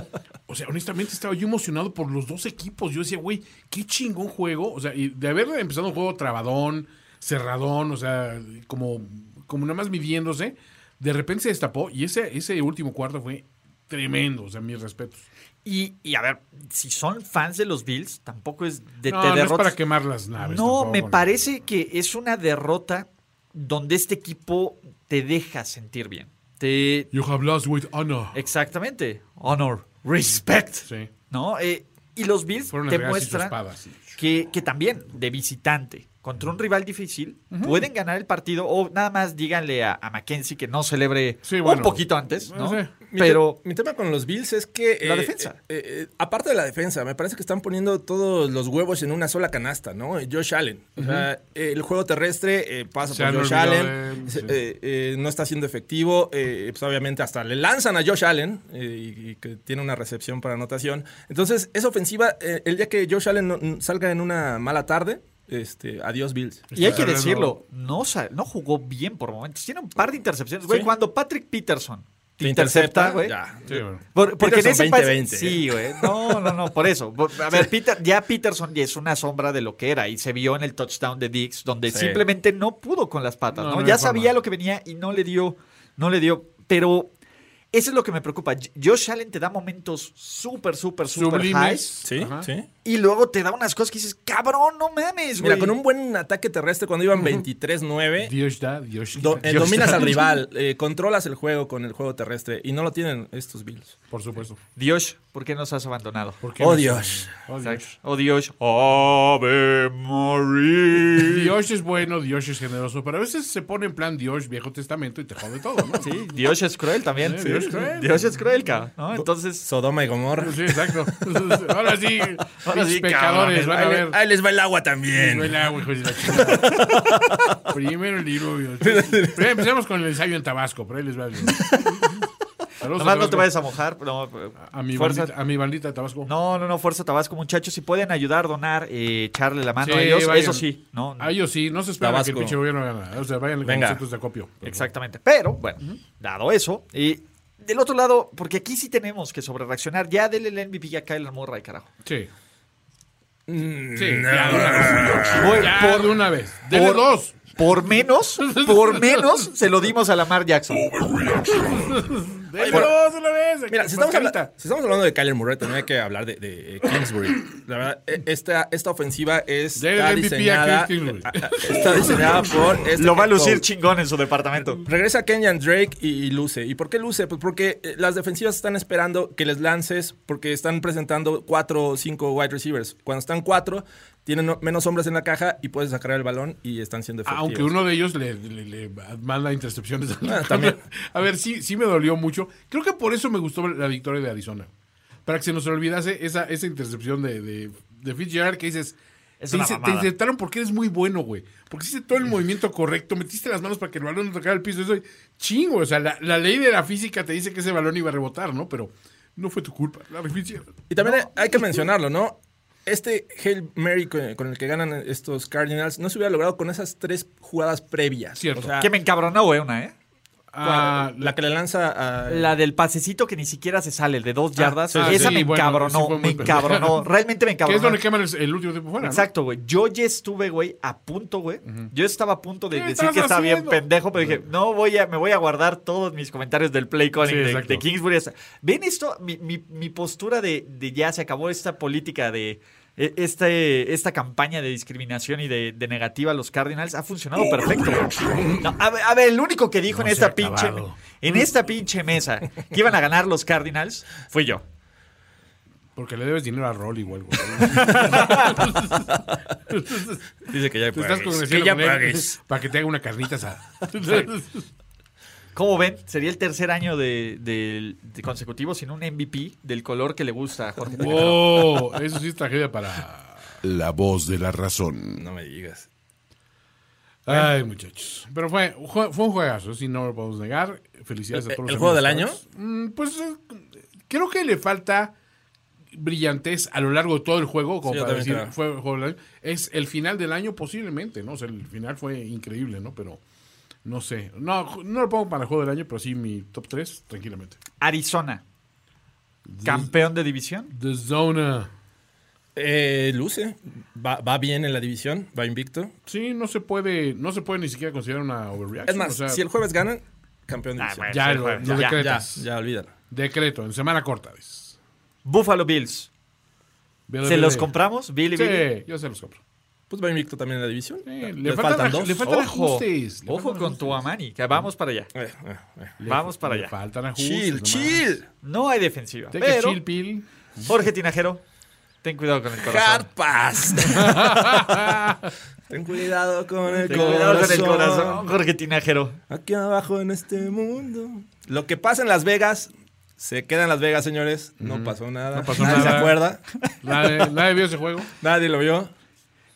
o sea, honestamente estaba yo emocionado por los dos equipos, yo decía, güey, qué chingón juego, o sea, y de haber empezado un juego trabadón, cerradón, o sea, como, como nada más midiéndose, de repente se destapó y ese, ese último cuarto fue tremendo, o sea, mis respetos.
Y, y a ver, si son fans de los Bills, tampoco es de
No,
te
no es
derrotas.
para quemar las naves.
No,
tampoco,
me parece que es una derrota donde este equipo te deja sentir bien. Te,
You have lost with honor.
exactamente. Honor, respect.
Sí.
¿No? Eh, y los Bills
Fueron
te
las gracias y su
muestran
espada, sí.
que, que también de visitante contra un rival difícil pueden ganar el partido o nada más díganle a, a Mackenzie que no celebre
Sí, bueno.
un poquito antes, ¿no?
No sé.
Mi te-
Pero
mi tema con los Bills es que.
La defensa.
eh, eh, aparte de la defensa, me parece que están poniendo todos los huevos en una sola canasta, ¿no? Josh Allen. O sea, eh, el juego terrestre eh, pasa
Se han
por Josh
olvidado
Allen.
de él,
se-
sí.
eh, eh, no está siendo efectivo. eh, pues obviamente hasta le lanzan a Josh Allen eh, y, y que tiene una recepción para anotación. Entonces, esa ofensiva, eh, el día que Josh Allen no- n- salga en una mala tarde, este, adiós Bills.
Y hay que
Terreno.
decirlo, no, sa- no jugó bien por momentos. Tiene un par de intercepciones. Güey,
Sí.
cuando Patrick Peterson te, intercepta, güey.
ya.
Sí, bueno.
Por- porque en
Peterson
ese pase-
20-20,
Sí, güey. No, no, no, por eso. Por- A ver, Peter, ya Peterson ya es una sombra de lo que era y se vio en el touchdown de Dix, donde
Sí.
simplemente no pudo con las patas,
No,
¿no?
no
ya
hay forma.
sabía lo que venía y no le dio, no le dio. Pero eso es lo que me preocupa. Josh Allen te da momentos súper, súper, súper highs.
Sublimes.
Sí,
Ajá.
sí.
Y luego te da unas cosas que dices, cabrón, no mames, güey.
Mira, con un buen ataque terrestre cuando iban 23-9,
Dios da, Dios
do- eh,
Dios
dominas
da.
al rival, eh, controlas el juego con el juego terrestre y no lo tienen estos Bills.
Por supuesto.
Dios, ¿por qué nos has abandonado?
¿Por qué
Oh
no?
Dios.
Oh, Dios.
Oh Dios. Ave María.
Dios es bueno, Dios es generoso, pero a veces se pone en plan Dios, Viejo Testamento y te jode todo, ¿no?
Sí, Oh, Dios es cruel también.
Sí, Dios es cruel.
Dios es cruel, cabrón. ¿no? Entonces,
Sodoma y Gomorra.
Sí, exacto. Ahora sí,
Ahora
mis
sí,
pecadores van a
Ahí,
ver.
le- ahí les va el agua también.
Huele a agua, hijos de la chingada. Primero el diluvio. Pero empecemos con el ensayo en Tabasco, por ahí les va bien. Saludos
nomás
a
no te
Tabasco.
vayas a mojar. No, eh,
a mi,
fuerza-
bandita, a mi bandita de Tabasco.
No, no, no, Fuerza Tabasco, muchachos. Si pueden ayudar, donar, eh, echarle la mano
Sí,
a ellos,
vayan.
eso sí, ¿no?
A ellos sí, no se espera que el
Tabasco.
pinche gobierno gana. O sea, vayan con
Venga.
nosotros de acopio.
Exactamente. Pero, bueno, dado eso, y del otro lado, porque aquí sí tenemos que sobrereaccionar, ya dele el MVP a Kyler Murray, carajo.
Sí.
Mm,
Sí.
no.
ya, de una vez.
Voy
Ah, Ya,
por-
de una vez. Dele
por-
dos.
Por menos, por menos se lo dimos a Lamar Jackson.
Dele dos una vez.
Mira, si estamos,
Mascarita.
habla- si estamos hablando de Kyler Murray, también hay que hablar de, de, eh, Kingsbury. La verdad, eh, esta, esta ofensiva es
Dele el MVP a
diseñada,
Cliff Kingsbury.
a- a- está diseñada por... este
Lo va a
head coach.
lucir chingón en su departamento.
Regresa Kenyan Drake y, y luce. ¿Y por qué luce? Pues porque eh, las defensivas están esperando que les lances porque están presentando cuatro o cinco wide receivers. Cuando están cuatro, tienen no- menos hombres en la caja y puedes sacar el balón y están siendo efectivos.
Ah, Aunque uno de ellos le, le- le manda intercepciones.
Ah, también.
A ver, sí, sí me dolió mucho. Creo que por eso me gustó la victoria de Arizona. Para que se nos olvidase esa, esa intercepción de, de, de Fitzgerald que dices...
Es
te,
una
hice- te
mamada.
interceptaron porque eres muy bueno, güey. Porque hiciste todo el movimiento correcto, metiste las manos para que el balón no tocara el piso. Eso, y- chingo, o sea, la, la ley de la física te dice que ese balón iba a rebotar, ¿no? Pero no fue tu culpa. La de Fitzgerald.
Y también hay que mencionarlo, ¿no? Este Hail Mary con, con el que ganan estos Cardinals no se hubiera logrado con esas tres jugadas previas.
Cierto.
O sea,
Que me encabronó, güey, una, ¿eh?
Ah,
la que le lanza a...
La del pasecito que ni siquiera se sale, el de dos yardas.
ah,
esa
sí,
me
bueno,
encabronó,
sí fue
me
muy pendeja.
encabronó. Realmente me
que
encabronó.
es donde queman el, el último tiempo fuera, ¿no?
Exacto, güey. Yo ya estuve, güey, a punto, güey. Yo estaba a punto de
¿Qué
decir
estás
que estaba bien
haciendo?
pendejo, pero dije, no voy a, me voy a guardar todos mis comentarios del play calling
Sí,
de,
exacto.
de Kingsbury. O sea, Ven esto, mi, mi- mi postura de, de ya se acabó esta política de e- este, esta campaña de discriminación y de, de negativa a los Cardinals ha funcionado perfecto. güey. No, a, ver, a ver, el único que dijo en esta pinche en esta pinche mesa que iban a ganar los Cardinals fui yo.
Porque le debes dinero a Rolly igual, güey.
Pues,
Dice que ya
Te estás
pagues.
convenciendo
Que ya
con él
pagues.
para que te haga una carnita asada.
¿Cómo ven? Sería el tercer año de, de- de consecutivo sin un MVP del color que le gusta a Jorge.
wow, eso sí es tragedia Oh, para.
La voz de la razón.
No me digas.
Ay, muchachos. Pero fue, fue fue un juegazo, si no lo podemos negar. Felicidades a
¿El-
todos. los
Eh, el juego del
administradores. Mm, Pues eh, creo que le falta brillantez a lo largo de todo el juego, como
Sí, yo
para
también
decir,
creo.
fue el juego del año. Es el final del año posiblemente, ¿no? O sea, el final fue increíble, ¿no? Pero no sé. No, ju- no lo pongo para el juego del año, pero sí mi top 3, tranquilamente.
Arizona, campeón de división.
The Zona.
Eh, luce. Va, va bien en la división. Va invicto.
Sí, no se puede, no se puede ni siquiera considerar una overreaction.
Es más,
Ah, o sea,
si el jueves ganan, campeón de
Ah,
división.
bueno,
ya
sí,
lo,
jueves,
lo
ya,
ya,
decretas.
ya, olvídalo.
Decreto, en semana corta. dices.
Buffalo Bills.
Vele,
¿Se
vele.
los compramos? Billy, Billy.
Sí, yo se los compro.
Pues va invicto también en la división.
Sí, le, faltan, aj- le
Oh,
faltan
Ojo,
ajustes. le
ojo
faltan
con tu Amani, que vamos para allá.
Eh, eh, eh.
Vamos para
le
allá.
faltan ajustes.
Chill,
nomás.
chill.
No hay defensiva.
Take a
Pero,
chill pill.
Jorge Tinajero, ten cuidado con el corazón.
Carpas. Ten cuidado con el
Ten
corazón.
cuidado con el corazón, Jorge Tinajero.
Aquí abajo en este mundo. Lo que pasa en Las Vegas se queda en Las Vegas, señores. No pasó nada. No
pasó
Nadie
nada.
se acuerda.
Nadie, nadie vio ese juego.
Nadie lo vio.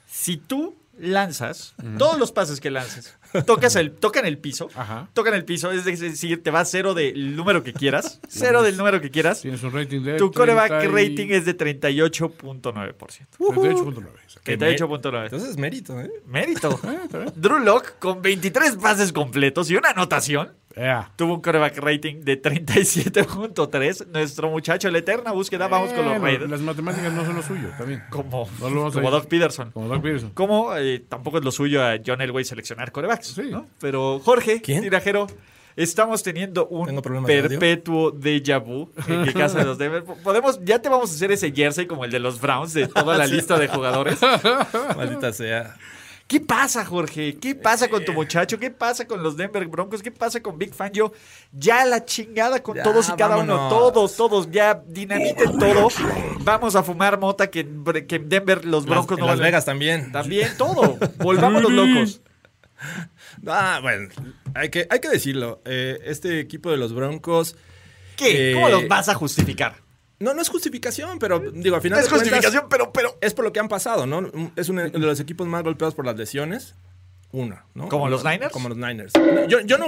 si tú lanzas todos los pases que lances, tocas el, tocan el piso,
Ajá.
tocan el piso, es decir, te va cero del número que quieras, cero del número que quieras,
Tienes un rating de.
tu coreback
30 y-
rating es de 38.9%.
38.9. exacto.
38.9%.
Entonces es mérito, ¿eh?
Mérito.
ah,
Drew Locke, con 23 pases completos y una anotación,
Ea.
tuvo un coreback rating de 37.3. Nuestro muchacho, la eterna búsqueda, vamos con los
Bueno,
Raiders.
Las matemáticas no son lo suyo, también.
Como,
No lo vamos a
como
ir.
Doc Peterson.
Como Doc Peterson.
Como eh, tampoco es lo suyo a John Elway seleccionar corebacks,
Sí.
¿no? Pero Jorge,
¿Quién?
tirajero, estamos teniendo un
Tengo problemas de audio.
perpetuo déjà vu en el caso de los Denver. Podemos, ya te vamos a hacer ese jersey como el de los Browns de toda la lista de jugadores.
Maldita sea.
¿Qué pasa, Jorge? ¿Qué pasa con tu muchacho? ¿Qué pasa con los Denver Broncos? ¿Qué pasa con Big Fan? Yo ya la chingada con
Ya,
todos y cada uno,
vámonos.
todos, todos, ya dinamiten todo. Vamos a fumar mota que, que en Denver los
Las,
Broncos
en
no
Las
van a-
Vegas también.
También todo. Volvámonos locos.
Ah, bueno, hay que, hay que decirlo. Eh, este equipo de los Broncos
¿Qué?
Eh,
¿Cómo los vas a justificar?
No, no es justificación, pero digo, al final.
No es
de cuentas,
justificación, pero, pero.
Es por lo que han pasado, ¿no? Es uno de los equipos más golpeados por las lesiones. Una, ¿no?
¿Como los Niners?
Como los Niners. Yo, yo no,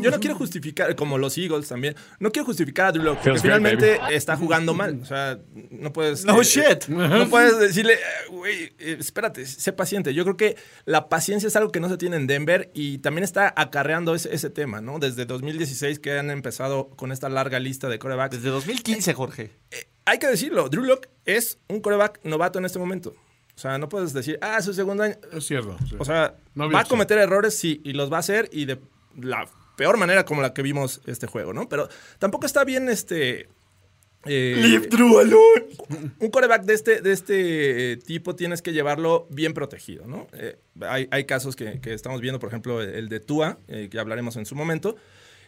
yo no quiero justificar, como los Eagles también, no quiero justificar a Drew Lock, porque
Feels great,
finalmente está jugando mal. O sea, no puedes. eh,
No shit.
No puedes decirle, eh, güey, eh, espérate, sé paciente. Yo creo que la paciencia es algo que no se tiene en Denver y también está acarreando ese, ese tema, ¿no? Desde 2016 que han empezado con esta larga lista de corebacks.
Desde 2015, Jorge.
Eh, hay que decirlo, Drew Lock es un coreback novato en este momento. O sea, no puedes decir, ah, es su segundo año.
Es cierto. sí.
O sea,
No había
va a
opción.
cometer errores, sí, y los va a hacer, y de la peor manera como la que vimos este juego, ¿no? Pero tampoco está bien este. eh, un coreback de este, de este eh, tipo tienes que llevarlo bien protegido, ¿no? Eh, hay, hay casos que, que estamos viendo, por ejemplo, el de Tua, eh, que hablaremos en su momento.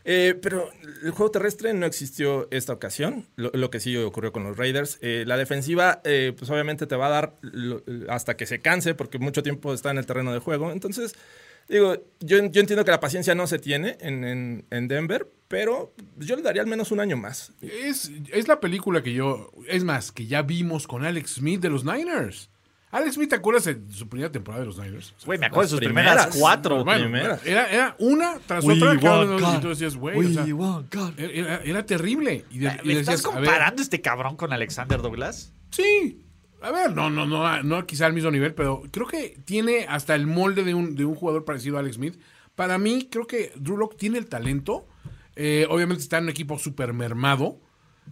Eh, pero el juego terrestre no existió esta ocasión, lo, lo que sí ocurrió con los Raiders. Eh, la defensiva, eh, pues obviamente te va a dar lo- hasta que se canse, porque mucho tiempo está en el terreno de juego. Entonces, digo, yo, yo entiendo que la paciencia no se tiene en, en- en Denver, pero yo le daría al menos un año más.
Es, es la película que yo. Es más, que ya vimos con Alex Smith de los Niners. Alex Smith, ¿te acuerdas de su primera temporada de los Niners? O sea,
Güey, me acuerdo de sus
Las
primeras,
primeras.
cuatro.
bueno,
primera.
era, era una tras
We
otra. cada
want
uno,
God.
y tú decías, güey.
We
o sea,
want God.
era, era terrible. Y, de- y
¿Me eh,
decías,
Ah, estás
a ver,
comparando este cabrón con Alexander Douglas?
Sí. A ver, no, no, no, a- no quizá al mismo nivel, pero creo que tiene hasta el molde de un, de un jugador parecido a Alex Smith. Para mí, creo que Drew Locke tiene el talento. Eh, obviamente está en un equipo súper mermado,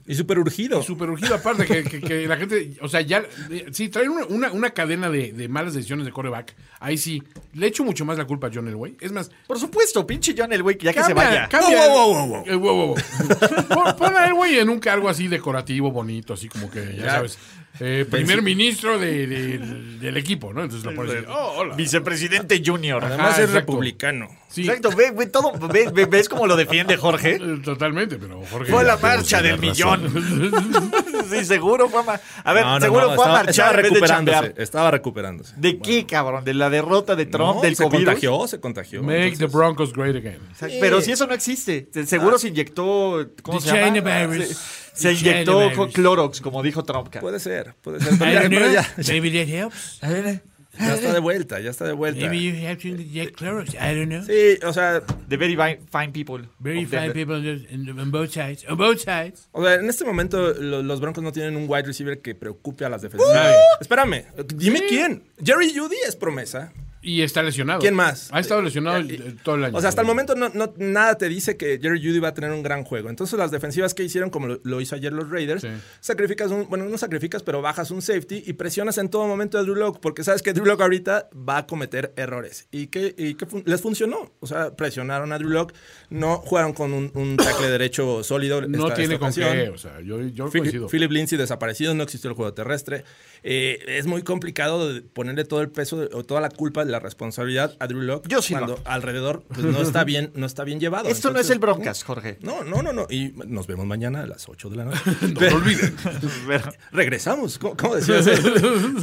Y súper urgido.
súper urgido. Aparte, que, que- que la gente, o sea, ya, eh, sí, traen una, una- una cadena de, de malas decisiones de coreback. Ahí sí, le echo mucho más la culpa a John Elway. Es más,
Por supuesto, pinche John Elway, ya que se
Cambia,
vaya.
Wow,
cambia.
wow, wow, wow, wow.
Eh, wow, wow, wow. Pon- Pon a él, güey, en un cargo así decorativo, bonito, así como que, ya,
Ya.
sabes, eh, primer ministro de- de- del equipo, ¿no? Entonces lo pones así, oh, hola.
Vicepresidente Junior.
Además
Ajá,
es
exacto.
republicano.
Sí,
Exacto, ve, ve todo, ve- ve- ves cómo lo defiende Jorge.
eh, totalmente, pero Jorge...
Fue la
Jorge
marcha del
tiene razón.
millón. sí, seguro fue a, ma- a ver, seguro fue a
estaba-
marchar en vez de chambear.
Estaba recuperándose.
¿De qué, cabrón? ¿De la derrota de Trump,
No,
del
se
COVID?
contagió, se contagió.
Make the
Entonces,
Broncos great again.
Pero si eso no existe. Se- Seguro se inyectó. ¿Cómo se llama?
Chinavirus.
Se, se
The
inyectó
Chinavirus.
con Clorox, como dijo Trump. cara.
Puede ser, puede ser. Pero ya, pero ya-
Maybe that helps.
ya está de vuelta, ya está de vuelta.
you have to inject Clorox. I don't know.
Sí, o sea,
The very vi- fine people. of Denver.
people on both sides. On both sides.
o sea, en este momento lo- los Broncos no tienen un wide receiver que preocupe a las defensas. Nadie. Espérame, dime quién. Jerry Judy es promesa.
Y está lesionado.
¿Quién más?
Ha estado lesionado
Y-
eh, todo el año.
O sea, hasta el momento no, no- nada te dice que Jerry Judy va a tener un gran juego. Entonces, las defensivas que hicieron, como lo, lo hizo ayer los Raiders,
Sí.
sacrificas un, bueno, no sacrificas, pero bajas un safety y presionas en todo momento a Drew Lock, porque sabes que Drew Lock ahorita va a cometer errores. ¿Y que, y que fun- les funcionó? O sea, presionaron a Drew Lock, no jugaron con un, un tackle derecho sólido.
No
esta-
tiene
esta
con
ocasión.
qué. O sea, yo, yo
Phil-
coincido.
Philip Lindsay desaparecido, no existió el juego terrestre. Eh, es muy complicado de ponerle todo el peso de- o toda la culpa, la responsabilidad a Drew Locke
Yo sí lo
cuando
hago.
alrededor pues, no está bien, no está bien llevado.
Esto no es
Entonces,
el Broncas, Jorge.
No, no, no, no. Y nos vemos mañana a las 8 de la noche.
No lo olviden.
Pero-
Regresamos. ¿Cómo, cómo decías?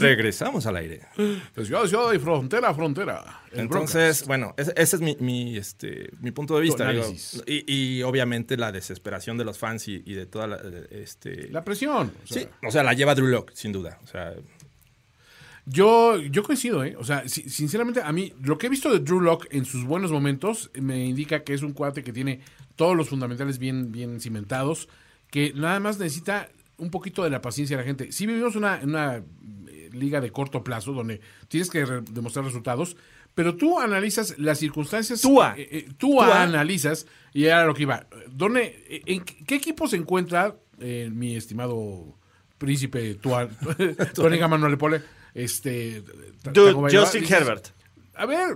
Regresamos al aire.
De ciudad a ciudad y frontera a frontera. El
Entonces, bueno, ese, ese es mi, mi, este, mi punto de vista. digo.
análisis.
y, y obviamente la desesperación de los fans y, y de toda la... Este,
Broncos. la presión. o sea,
sí, o sea, la lleva Drew Locke, sin duda. O sea,
Yo, yo coincido, ¿eh? O sea, si- sinceramente, a mí, lo que he visto de Drew Locke en sus buenos momentos me indica que es un cuate que tiene todos los fundamentales bien, bien cimentados, que nada más necesita un poquito de la paciencia de la gente. Si vivimos una, en una eh, liga de corto plazo donde tienes que re- demostrar resultados, pero tú analizas las circunstancias.
Tua.
eh, eh, tú
Tua.
analizas, y era lo que iba. ¿Dónde, eh, en qué qué equipo se encuentra eh, mi estimado príncipe Tua, Tónica Manuel Pole? Este, Ta-
Dude,
Tago Bailoa,
Justin
dices,
Herbert.
A ver,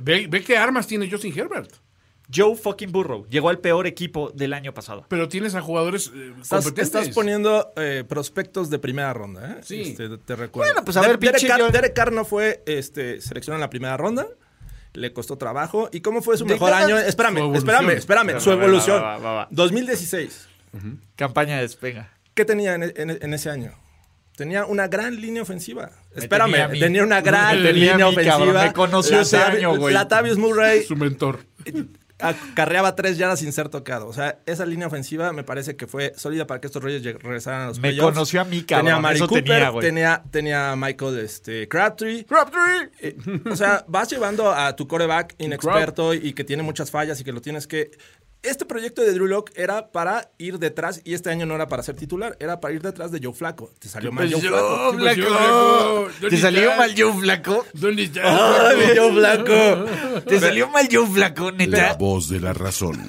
ve, ve qué armas tiene Justin Herbert.
Joe fucking Burrow llegó al peor equipo del año pasado.
Pero tienes a jugadores eh,
Estás,
competentes.
estás poniendo eh, prospectos de primera ronda, ¿eh?
Sí.
Este, te recuerdo.
Bueno, pues, a
De-
ver,
Derek
pinche
Carr,
John-
Derek Carr no fue este, seleccionado en la primera ronda. Le costó trabajo. ¿Y cómo fue su
De
mejor
nada.
año?
Su
Espérame,
evolución.
espérame, espérame.
Va,
Su
va, va,
evolución.
va, va, va.
2016.
Campaña de despenga.
¿Qué tenía en, en- en ese año? Tenía una gran línea ofensiva. Espérame,
tenía a
tenía,
mí.
una
Me
gran
tenía a
línea
mí, cabrón.
ofensiva.
Me conoció ese
Latavi-
año, güey.
Latavius Murray
Su mentor.
acarreaba tres yardas sin ser tocado. O sea, esa línea ofensiva me parece que fue sólida para que estos Reyes lleg- regresaran a los
Me
playoffs.
conoció a mí, cabrón.
Tenía a Mari
Eso
Cooper,
tenía,
tenía,
güey.
tenía, a Michael este, Crabtree. Eh, o sea, vas llevando a tu coreback inexperto y que tiene muchas fallas y que lo tienes que... Este proyecto de Drew Lock era para ir detrás, y este año no era para ser titular, era para ir detrás de Joe Flaco. Te salió mal Joe Flaco.
¿Qué pasó, Flaco? ¿Dónde
¿Te salió
estás?
mal Joe Flaco?
¿Dónde estás,
¡Ay,
Flaco?
Joe Flaco! ¿Te salió mal Joe Flaco,
La
neta?
voz de la razón.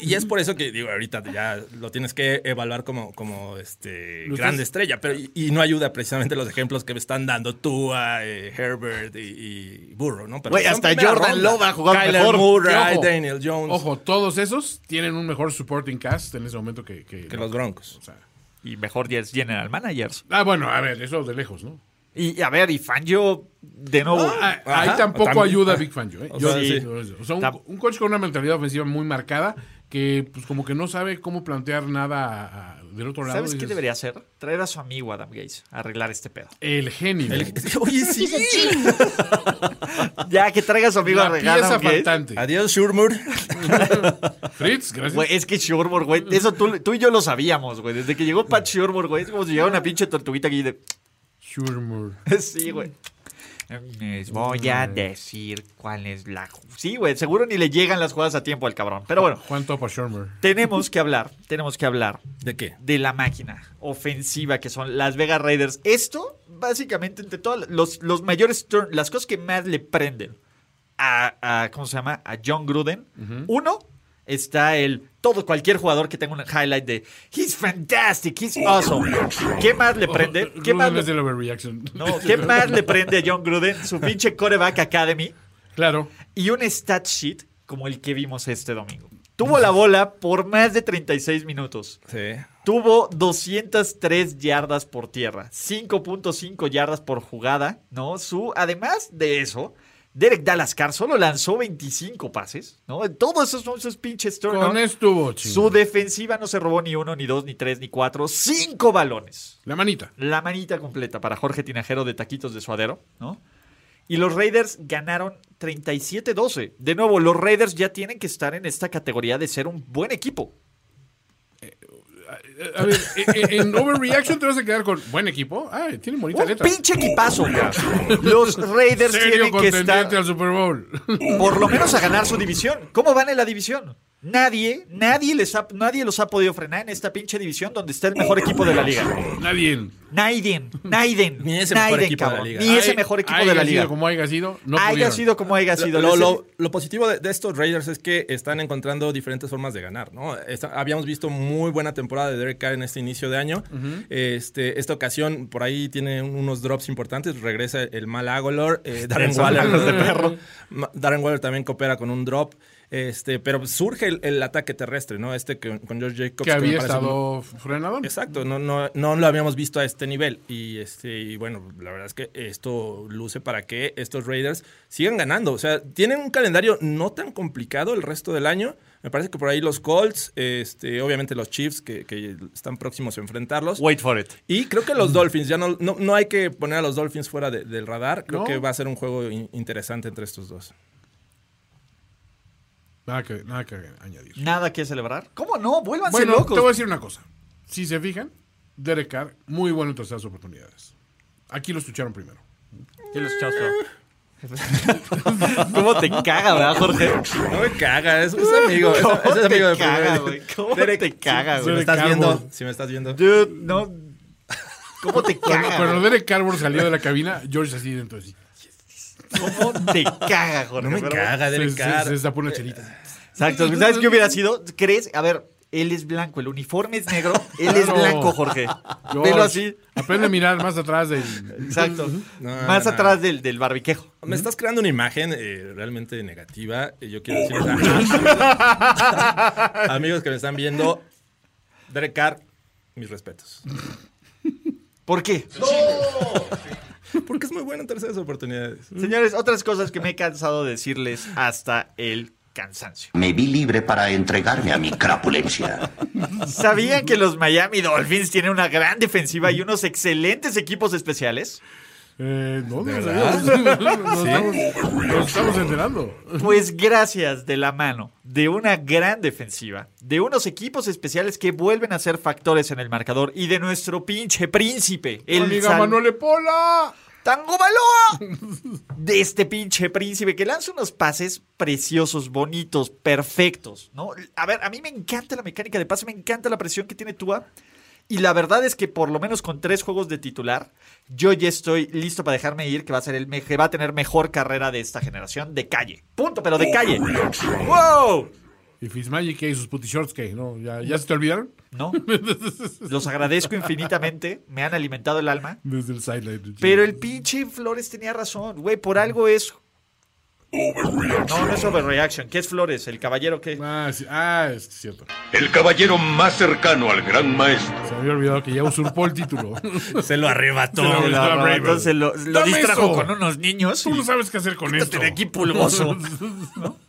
Y, y es por eso que digo, ahorita ya lo tienes que evaluar como, como este
Lo
grande
estás-
estrella, pero y, y no ayuda precisamente los ejemplos que me están dando tú a Herbert y, y Burrow, ¿no? Pero
Güey,
son
hasta
primera
Jordan
ronda.
Love ha jugado
Kyler
mejor.
Murray,
Que ojo,
Daniel Jones,
Ojo, todos esos tienen un mejor supporting cast en ese momento que, que-
que los Broncos.
o sea.
Y mejor ya es General Managers.
Ah, bueno, a ver, eso de lejos, ¿no?
Y a ver, y Fangio, de nuevo.
Ah,
Ajá.
ahí tampoco
También.
ayuda a Big Fangio. ¿eh?
O
Yo-
sea, sí.
o sea, un, un coach con una mentalidad ofensiva muy marcada que, pues, como que no sabe cómo plantear nada a- a- del otro lado.
¿Sabes qué
dices,
debería hacer? Traer a su amigo Adam Gates a arreglar este pedo.
El genio.
El- Oye, sí.
Ya, que traiga a su amigo a
la
arreglar
pieza
Adam Gates.
faltante.
Adiós, Shurmur.
Fritz, gracias.
Ah, Güey, es que Shurmur, güey, eso tú, tú y yo lo sabíamos, güey. Desde que llegó Pat Shurmur, güey, es como si llegara una pinche tortuguita aquí de...
Schurmur.
Sí, güey. Les voy a decir cuál es la... ju- Sí, güey, seguro ni le llegan las jugadas a tiempo al cabrón. Pero bueno,
Juan Topa Schurmur.
tenemos que hablar, tenemos que hablar
¿De qué?
de la máquina ofensiva que son las Vegas Raiders. Esto, básicamente, entre todas los, los mayores turn, las cosas que más le prenden a, a- ¿cómo se llama? A John Gruden. Uno, está el todo, cualquier jugador que tenga un highlight de He's fantastic, he's awesome. ¿Qué más le prende? ¿Qué
Oh, Gruden
más
es
le,
el overreaction.
no, ¿qué más le prende a John Gruden? Su pinche coreback academy
Claro.
y un stat sheet como el que vimos este domingo. Tuvo la bola por más de 36 minutos.
Sí.
Tuvo 203 yardas por tierra, 5.5 yardas por jugada, ¿no? Su, además de eso, Derek Dalascar solo lanzó 25 pases, ¿no? Todos esos son sus pinches
Con
turnovers.
estuvo,
Su
chingo.
defensiva no se robó ni uno, ni dos, ni tres, ni cuatro, cinco balones
La manita.
la manita completa para Jorge Tinajero de Taquitos de Suadero, ¿no? Y los Raiders ganaron 37-12. De nuevo, los Raiders ya tienen que estar en esta categoría de ser un buen equipo.
Eh, A ver, eh, eh, en overreaction te vas a quedar con buen equipo. Ah, tiene bonita
Un
letra.
pinche equipazo, cabrón. Los Raiders
Serio
tienen que estar
contendiente al Super Bowl.
por lo menos a ganar su división. ¿Cómo van en la división? Nadie, nadie les ha, nadie los ha podido frenar en esta pinche división donde está el mejor equipo de la liga.
Nadie.
Naiden, Naiden,
Ni ese mejor
Naiden,
equipo de la
cabrón.
liga.
Ni ese
Ay-
mejor equipo
haya
de la
sido
liga.
como haya sido, no
haya
pudieron.
sido como haya sido.
Lo,
Les-
lo- lo positivo de, de estos Raiders es que están encontrando diferentes formas de ganar, ¿no? Está- habíamos visto muy buena temporada de Derek Carr en este inicio de año. este, esta ocasión, por ahí tiene un- unos drops importantes. Regresa el mal Agolor. eh, Darren
son
Waller.
malos de perro.
Ma- Darren Waller también coopera con un drop. Este, pero surge el, el ataque terrestre, ¿no? Este con, con George Jacobs.
que
me
había
parece muy-
estado frenado.
Exacto, no, no, no lo habíamos visto a este nivel. Y este, y bueno, la verdad es que esto luce para que estos Raiders sigan ganando. O sea, tienen un calendario no tan complicado el resto del año. Me parece que por ahí los Colts, este, obviamente los Chiefs, que, que están próximos a enfrentarlos.
Wait for it.
Y creo que los Dolphins, ya no, no, no hay que poner a los Dolphins fuera de- del radar. Creo
No.
que va a ser un juego in- interesante entre estos dos.
Nada que, nada que añadir.
Nada que celebrar. ¿Cómo no? Vuélvanse
Bueno,
locos.
te voy a decir una cosa. Si se fijan, Derek Carr, muy bueno en terceras oportunidades. Aquí lo escucharon primero.
¿Cómo te caga, verdad, Jorge?
No me caga, es, es amigo. Es,
¿Cómo
es amigo
te
de
caga,
primera.
güey? ¿Cómo
Derek,
te caga,
Si
güey?
me
Derek
estás
Carr,
viendo,
güey.
si me estás viendo.
Dude, no. ¿Cómo te
Cuando
caga?
Derek Carr salió de la cabina, George así dentro así.
¿Cómo te caga, Jorge?
No me
Pero
caga,
Se,
Derek
se,
Carr.
se tapó una chelita.
Exacto. ¿Sabes qué hubiera sido? ¿Crees? A ver, él es blanco, el uniforme es negro, él es
Claro.
blanco, Jorge.
George,
Velo así.
Aprende a mirar más atrás del...
Exacto.
No,
Más
no.
atrás del, del barbiquejo.
Me estás creando una imagen eh, realmente negativa. y Yo quiero decirles a- a- amigos que me están viendo, Derek Carr, mis respetos.
¿Por qué?
Porque es muy bueno en terceras oportunidades.
Señores, otras cosas que me he cansado de decirles hasta el cansancio.
Me vi libre para entregarme a mi crapulencia.
¿Sabían que los Miami Dolphins tienen una gran defensiva y unos excelentes equipos especiales?
Eh, no, no,
verdad?
no, no, no, estamos- nos estamos enterando.
Pues gracias de la mano de una gran defensiva, de unos equipos especiales que vuelven a ser factores en el marcador y de nuestro pinche príncipe, el
Amiga
Sal-
Manuel Epola.
Tango Baloa, de este pinche príncipe que lanza unos pases preciosos, bonitos, perfectos, ¿no? A ver, a mí me encanta la mecánica de pase, me encanta la presión que tiene Tua. Y la verdad es que por lo menos con tres juegos de titular, yo ya estoy listo para dejarme ir, que va a ser el me- que va a tener mejor carrera de esta generación de calle. Punto, pero de calle. ¡Wow!
Y Fitzmagic ¿qué? y sus puti shorts, ¿qué? ¿No? ¿Ya, ¿Ya se te olvidaron?
No, los agradezco infinitamente, me han alimentado el alma.
Desde el sideline.
Pero el pinche Flores tenía razón, güey, por algo es. No, no es overreaction. ¿Qué es Flores? El caballero que.
Ah, sí, ah, es cierto.
El caballero más cercano al gran maestro.
Se me había olvidado que ya usurpó el título.
Se lo arrebató.
Se lo- Bravo.
Entonces lo, lo
Dame
distrajo
eso.
con unos niños.
Tú no sabes qué hacer con esto.
de aquí, pulgoso.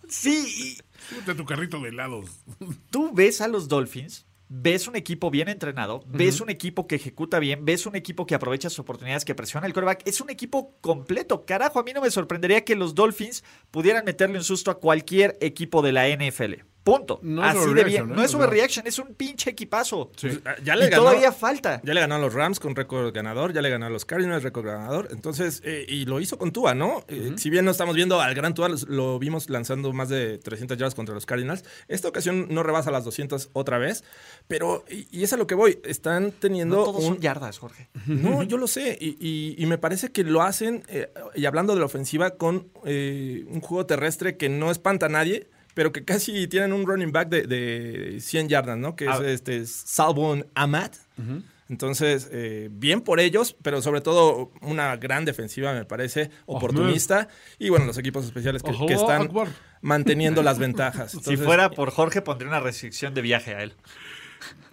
Sí, y
Súbete a tu carrito de helados.
tú ves a los Dolphins, ves un equipo bien entrenado, ves un equipo que ejecuta bien, ves un equipo que aprovecha sus oportunidades, que presiona el quarterback. Es un equipo completo. Carajo, a mí no me sorprendería que los Dolphins pudieran meterle un susto a cualquier equipo de la NFL. Punto.
No es
Así de
overreaction,
bien.
¿eh?
No
O
es
sea-
overreaction, es un pinche equipazo. Pues,
Ya le
y
ganó.
todavía falta.
Ya le ganó a los Rams con récord ganador, ya le ganó a los Cardinals récord ganador. Entonces, eh, y lo hizo con Tua, ¿no? Eh, si bien no estamos viendo al gran Tua, los- lo vimos lanzando más de 300 yardas contra los Cardinals. Esta ocasión no rebasa las 200 otra vez, pero, y, y es a lo que voy, están teniendo
No todos
un,
son yardas, Jorge.
no, yo lo sé. Y, y- y me parece que lo hacen, eh, y hablando de la ofensiva, con eh, un juego terrestre que no espanta a nadie, pero que casi tienen un running back de, de 100 yardas, ¿no? Que
A
es
ver.
este Salvon Amat. Entonces, eh, bien por ellos, pero sobre todo una gran defensiva, me parece,
Oh,
oportunista. Y bueno, los equipos especiales que,
Ojo,
que están
Akbar.
manteniendo las ventajas.
Si
Entonces,
eh,
fuera por Jorge, pondría una restricción de viaje a él.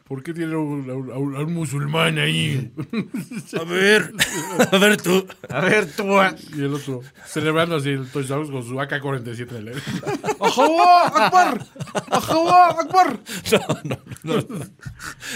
¿Por qué tiene a un, a un- a un- a un musulmán ahí?
A ver, a ver tú.
A ver, tú. ah.
Y el otro celebrando así el touchdown con su AK-47 en el
Akbar! Akbar! No, no, no.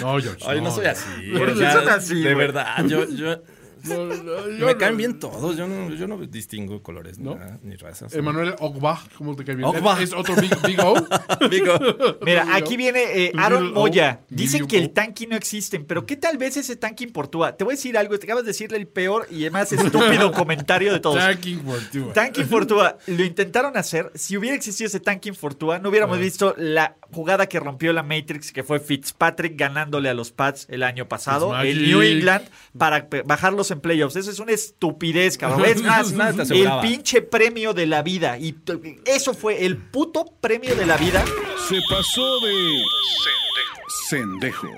No, George.
Ay, no soy así. o
no
sea,
son así, güey.
De verdad, yo, yo-
No, no, yo
me
no.
caen bien todos. Yo no, yo no distingo colores ni,
¿No? Em-
nada, ni razas.
Emanuel Ogba, ¿cómo te cae bien?
Ogba.
¿Es otro Big, Big O?
Digo,
Mira, aquí viene eh, Aaron
Video-
Moya.
video-
Dicen que el tanking no existe, pero ¿qué tal vez ese tanking por Tua? Te voy a decir algo, te acabas de decirle el peor y más estúpido comentario de todos.
Jacking Fortua.
Tanking Fortúa, lo intentaron hacer. Si hubiera existido ese Tanking Fortúa, no hubiéramos visto la jugada que rompió la Matrix, que fue Fitzpatrick ganándole a los Pats el año pasado,
Fitzmagic.
el New England, para pe- bajarlos en playoffs. Eso es una estupidez, cabrón. Es más,
Nada te
el
aseguraba.
pinche premio de la vida. Y t- eso fue el puto premio de la vida.
Se pasó de sendejo.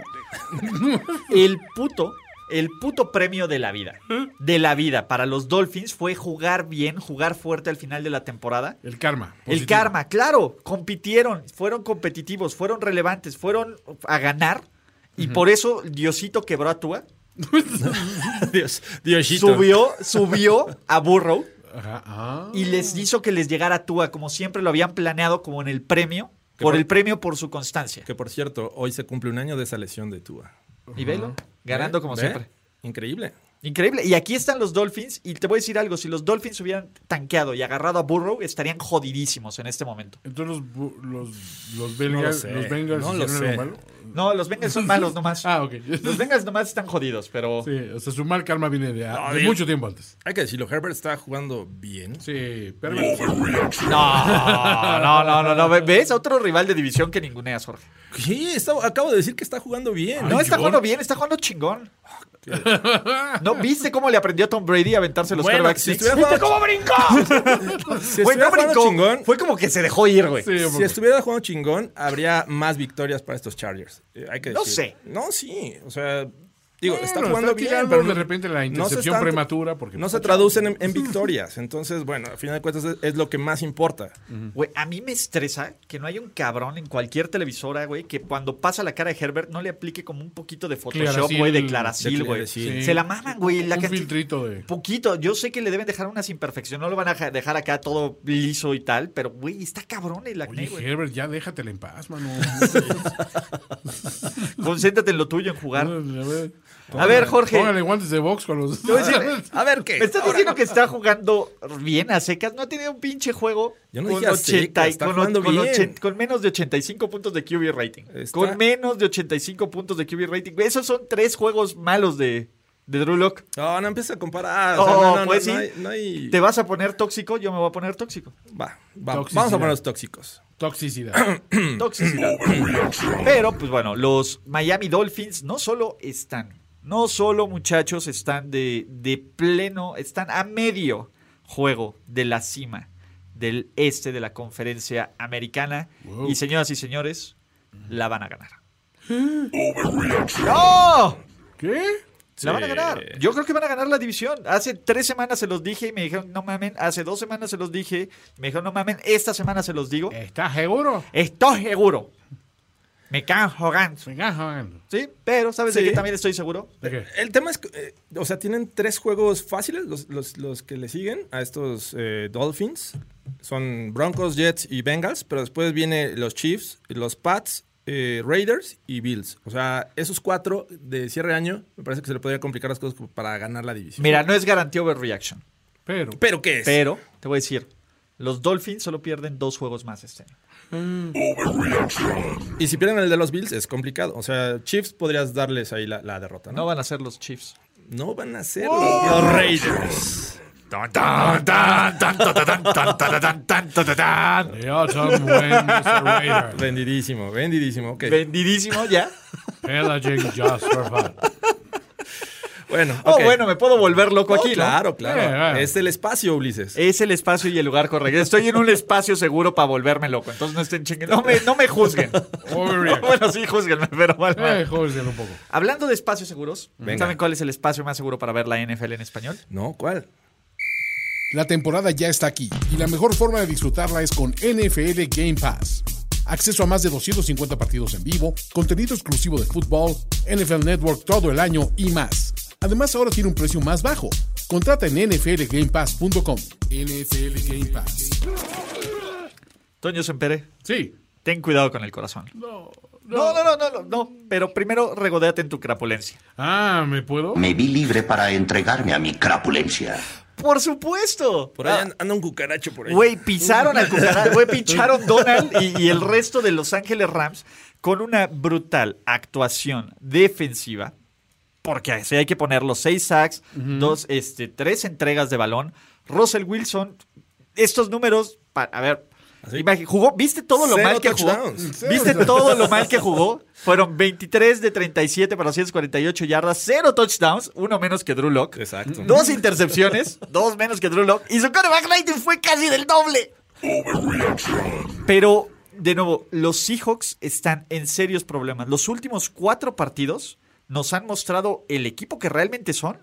el puto, el puto premio de la vida, de la vida para los Dolphins fue jugar bien, jugar fuerte al final de la temporada.
El karma.
El
positivo.
karma, claro, compitieron, fueron competitivos, fueron relevantes, fueron a ganar y por eso Diosito quebró a Tua,
Dios, Diosito.
subió, subió a Burrow
Ajá. Ah.
y les hizo que les llegara a Tua como siempre lo habían planeado como en el premio, por
por-
el premio por su constancia.
Que por cierto, hoy se cumple un año de esa lesión de Tua.
Y velo, ganando como
¿Ve?
siempre.
Increíble.
Increíble. Y aquí están los Dolphins. Y te voy a decir algo: si los Dolphins hubieran tanqueado y agarrado a Burrow, estarían jodidísimos en este momento.
Entonces los, bu- los, los
No lo
belgas,
sé,
los Bengals
no lo
hicieron
sé.
algo malo.
No, los Bengals son malos nomás.
Ah, ok.
Los Bengals nomás están jodidos, pero.
Sí, o sea, su mal karma viene de, de
digo-
mucho tiempo antes.
Hay que decirlo, Herbert está jugando bien.
Sí, pero
No, no, no, no, no. Ve- ¿Ves? Otro rival de división que ninguneas, Jorge.
Sí, está- acabo de decir que está jugando bien.
No, está jugando bien, está jugando chingón. ¿No viste cómo le aprendió a Tom Brady a aventarse los
Bueno,
quarterbacks
si
sneaks?
estuviera
¿Viste
jugando-
cómo brincó?
Si
Güey, no
estuviera jugando
brincó.
chingón,
Fue como que se dejó ir, güey.
Sí,
si estuviera jugando chingón, habría más victorias para estos Chargers. Eh, hay que
No
decir.
sé.
No, sí. O sea, digo,
Bueno,
está
está
jugando bien,
tirando
pero
de repente la
no se
intercepción prematura porque-
no se traducen en, en victorias. Entonces, bueno, al final de cuentas es, es lo que más importa.
Güey, a mí me estresa que no haya un cabrón en cualquier televisora, güey, que cuando pasa la cara de Herbert no le aplique como un poquito de Photoshop,
Claracil.
güey, de Claracil,
De
güey.
Claracil.
Se la maman, güey. La
un
cantidad-
filtrito de...
Poquito. Yo sé que le deben dejar unas imperfecciones, no lo van a ja- dejar acá todo liso y tal, pero, güey, está cabrón el acné,
Oye,
güey.
Herbert, ya déjatela en paz, mano.
Concéntrate en lo tuyo, en jugar.
A ver,
A ver, Jorge.
Póngale guantes de box con los.
Te voy a decir-
A ver
Eh,
qué.
Me estás diciendo que está jugando bien a secas. No ha tenido un pinche juego
Yo no
con,
dije a secas,
y-
está
con,
jugando
con
bien.
ochen- con menos de 85 puntos de QB rating.
Está-
Con menos de 85 puntos de QB rating. Esos son tres juegos malos de, de Drew Lock.
No, no empieza a comparar.
No,
o sea, no, no,
pues
no,
sí.
no hay- no hay-
¿Te vas a poner tóxico? Yo me voy a poner tóxico.
Va, va, vamos
Toxicidad.
a poner los tóxicos.
Toxicidad.
Toxicidad. Pero, pues bueno, los Miami Dolphins no solo están, no solo muchachos están de, de pleno, están a medio juego de la cima del este de la conferencia americana. Y señoras y señores, la van a ganar. ¡No!
¿Qué?
La van a ganar. Yo creo que van a ganar la división. Hace tres semanas se los dije y me dijeron, no mamen. Hace dos semanas se los dije. Me dijeron, no mamen. Esta semana se los digo.
¿Estás seguro?
Estoy seguro. Me cago jugando.
Venga, Juan.
Sí, pero ¿sabes de
Sí.
qué también estoy seguro?
¿De qué?
El tema es, que, eh, o sea, tienen tres juegos fáciles los, los- los que le siguen a estos eh, Dolphins. Son Broncos, Jets y Bengals, pero después viene los Chiefs, los Pats, eh, Raiders y Bills. O sea, esos cuatro de cierre de año me parece que se le podría complicar las cosas como para ganar la división.
Mira, no es garantía overreaction.
Pero.
¿Pero qué es?
Pero, te voy a decir, los Dolphins solo pierden dos juegos más este año.
Y si pierden el de los Bills es complicado. O sea, Chiefs podrías darles ahí la, la derrota,
No
¿no?
van a ser los Chiefs.
No van a ser los- los Raiders.
Yo soy buen Mr. Raider.
Vendidísimo, vendidísimo. Ok.
Vendidísimo ya.
Pillaging just for fun. Eh,
bueno,
Oh,
ok.
bueno, me puedo volver loco
Oh,
aquí, ¿no? Eh,
Claro,
Eh,
claro.
claro.
Es el espacio, Ulises.
Es el espacio y el lugar correcto. Estoy en un espacio seguro para volverme loco. Entonces no estén chingando. No me, no me juzguen.
Overreaction.
bueno, sí, juzguenme, pero bueno.
Eh, jóvenes, un poco.
Hablando de espacios seguros,
Venga.
¿saben cuál es el espacio más seguro para ver la NFL en español?
No, ¿cuál?
La temporada ya está aquí y la mejor forma de disfrutarla es con NFL Game Pass. Acceso a más de 250 partidos en vivo, contenido exclusivo de fútbol, NFL Network todo el año y más. Además ahora tiene un precio más bajo. Contrata en nflgamepass.com. NFL Game Pass.
Toño Sempere,
Sí.
ten cuidado con el corazón. No, no, no, no, no, no, Pero primero regodeate en tu crapulencia.
Ah, ¿me puedo?
Me vi libre para entregarme a mi crapulencia.
Por supuesto.
Por ahí an- anda un cucaracho por ahí.
ah, Güey, pisaron al cucaracho, güey, pincharon Donald y, y el resto de Los Ángeles Rams con una brutal actuación defensiva. Porque así hay que poner los seis sacks, dos, este, tres entregas de balón. Russell Wilson, estos números, pa- a ver, imagi- jugó, ¿viste todo lo
Cero
mal que
touchdowns.
jugó? ¿Viste todo lo mal que jugó? Fueron 23 de 37 para 148 yardas, cero touchdowns, uno menos que Drew Lock.
Exacto.
Dos intercepciones, dos menos que Drew Lock. Y su coreback rating fue casi del doble. Pero, de nuevo, los Seahawks están en serios problemas. Los últimos cuatro partidos nos han mostrado el equipo que realmente son.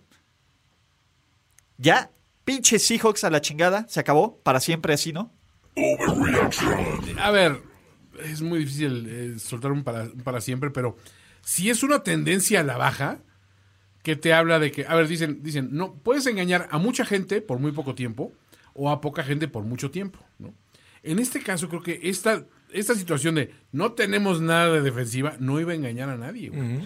Ya, pinche Seahawks a la chingada, se acabó para siempre así, ¿no?
A ver, es muy difícil eh, soltar un para, un para siempre, pero si es una tendencia a la baja, que te habla de que, a ver, dicen, dicen, no, puedes engañar a mucha gente por muy poco tiempo o a poca gente por mucho tiempo, ¿no? En este caso creo que esta, esta situación de no tenemos nada de defensiva no iba a engañar a nadie, güey. O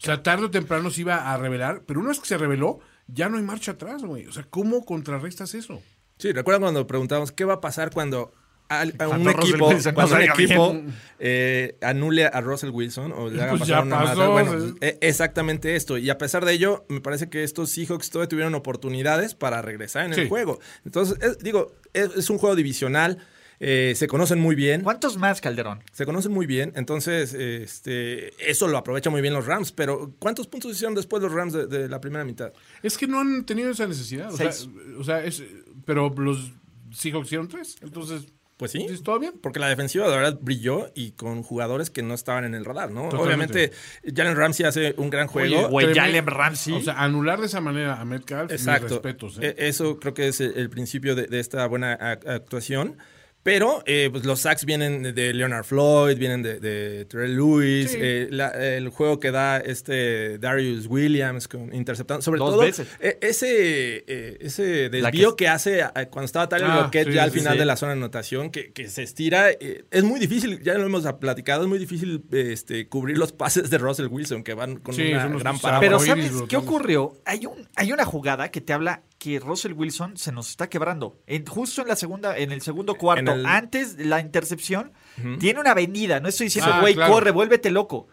sea, tarde o temprano se iba a revelar, pero una vez que se reveló, ya no hay marcha atrás, güey. O sea, ¿cómo contrarrestas eso?
Sí, recuerdan cuando preguntamos qué va a pasar cuando al- a un
Cuando Russell
equipo,
Wilson
cuando
no
un
salga
equipo eh, anule a Russell Wilson o le haga
Pues
pasar
ya
una
pasó,
madre. Bueno,
pues.
eh, exactamente esto. Y a pesar de ello, me parece que estos Seahawks todavía tuvieron oportunidades para regresar en
Sí.
el juego. Entonces, es- digo, es, es un juego divisional. eh, se conocen muy bien.
¿Cuántos más, Calderón?
Se conocen muy bien, entonces este, eso lo aprovechan muy bien los Rams. Pero ¿cuántos puntos hicieron después los Rams de, de la primera mitad?
Es que no han tenido esa necesidad. O sea,
Seis.
o sea, es, pero los Seahawks hicieron tres. Entonces,
Pues sí.
¿dices, ¿todo bien?
Porque la defensiva, la verdad, brilló y con jugadores que no estaban en el radar, ¿no?
Totalmente.
Obviamente, Jalen Ramsey hace un gran juego.
Oye,
Oh, Güey,
Eh, tremendo.
Jalen Ramsey.
O sea, anular de esa manera a Metcalf, mis
Exacto.
respetos. ¿eh?
E- Eso creo que es el, el principio de, de esta buena ac- actuación. Pero eh, pues los sacks vienen de Leonard Floyd, vienen de, de Terrell Lewis, eh, la- el juego que da este Darius Williams con- interceptando. Sobre
Dos
todo
veces.
eh, ese, eh, ese
La que
desvío
es-
que, hace a- a- cuando estaba Tyler
Ah,
Lockett
sí,
ya al
sí,
final
sí.
de la zona de anotación, que, que se estira. eh, es muy difícil, ya lo hemos platicado, es muy difícil eh, este, cubrir los pases de Russell Wilson, que van con
Sí,
una
son los
gran
que
parada.
saben.
Pero
Iris
¿sabes qué
brotando.
ocurrió? Hay, un, hay una jugada que te habla que Russell Wilson se nos está quebrando. En- justo en la segunda, en el segundo cuarto,
el-
antes de la intercepción, tiene una avenida. No estoy diciendo,
Ah,
güey,
claro.
corre, vuélvete loco.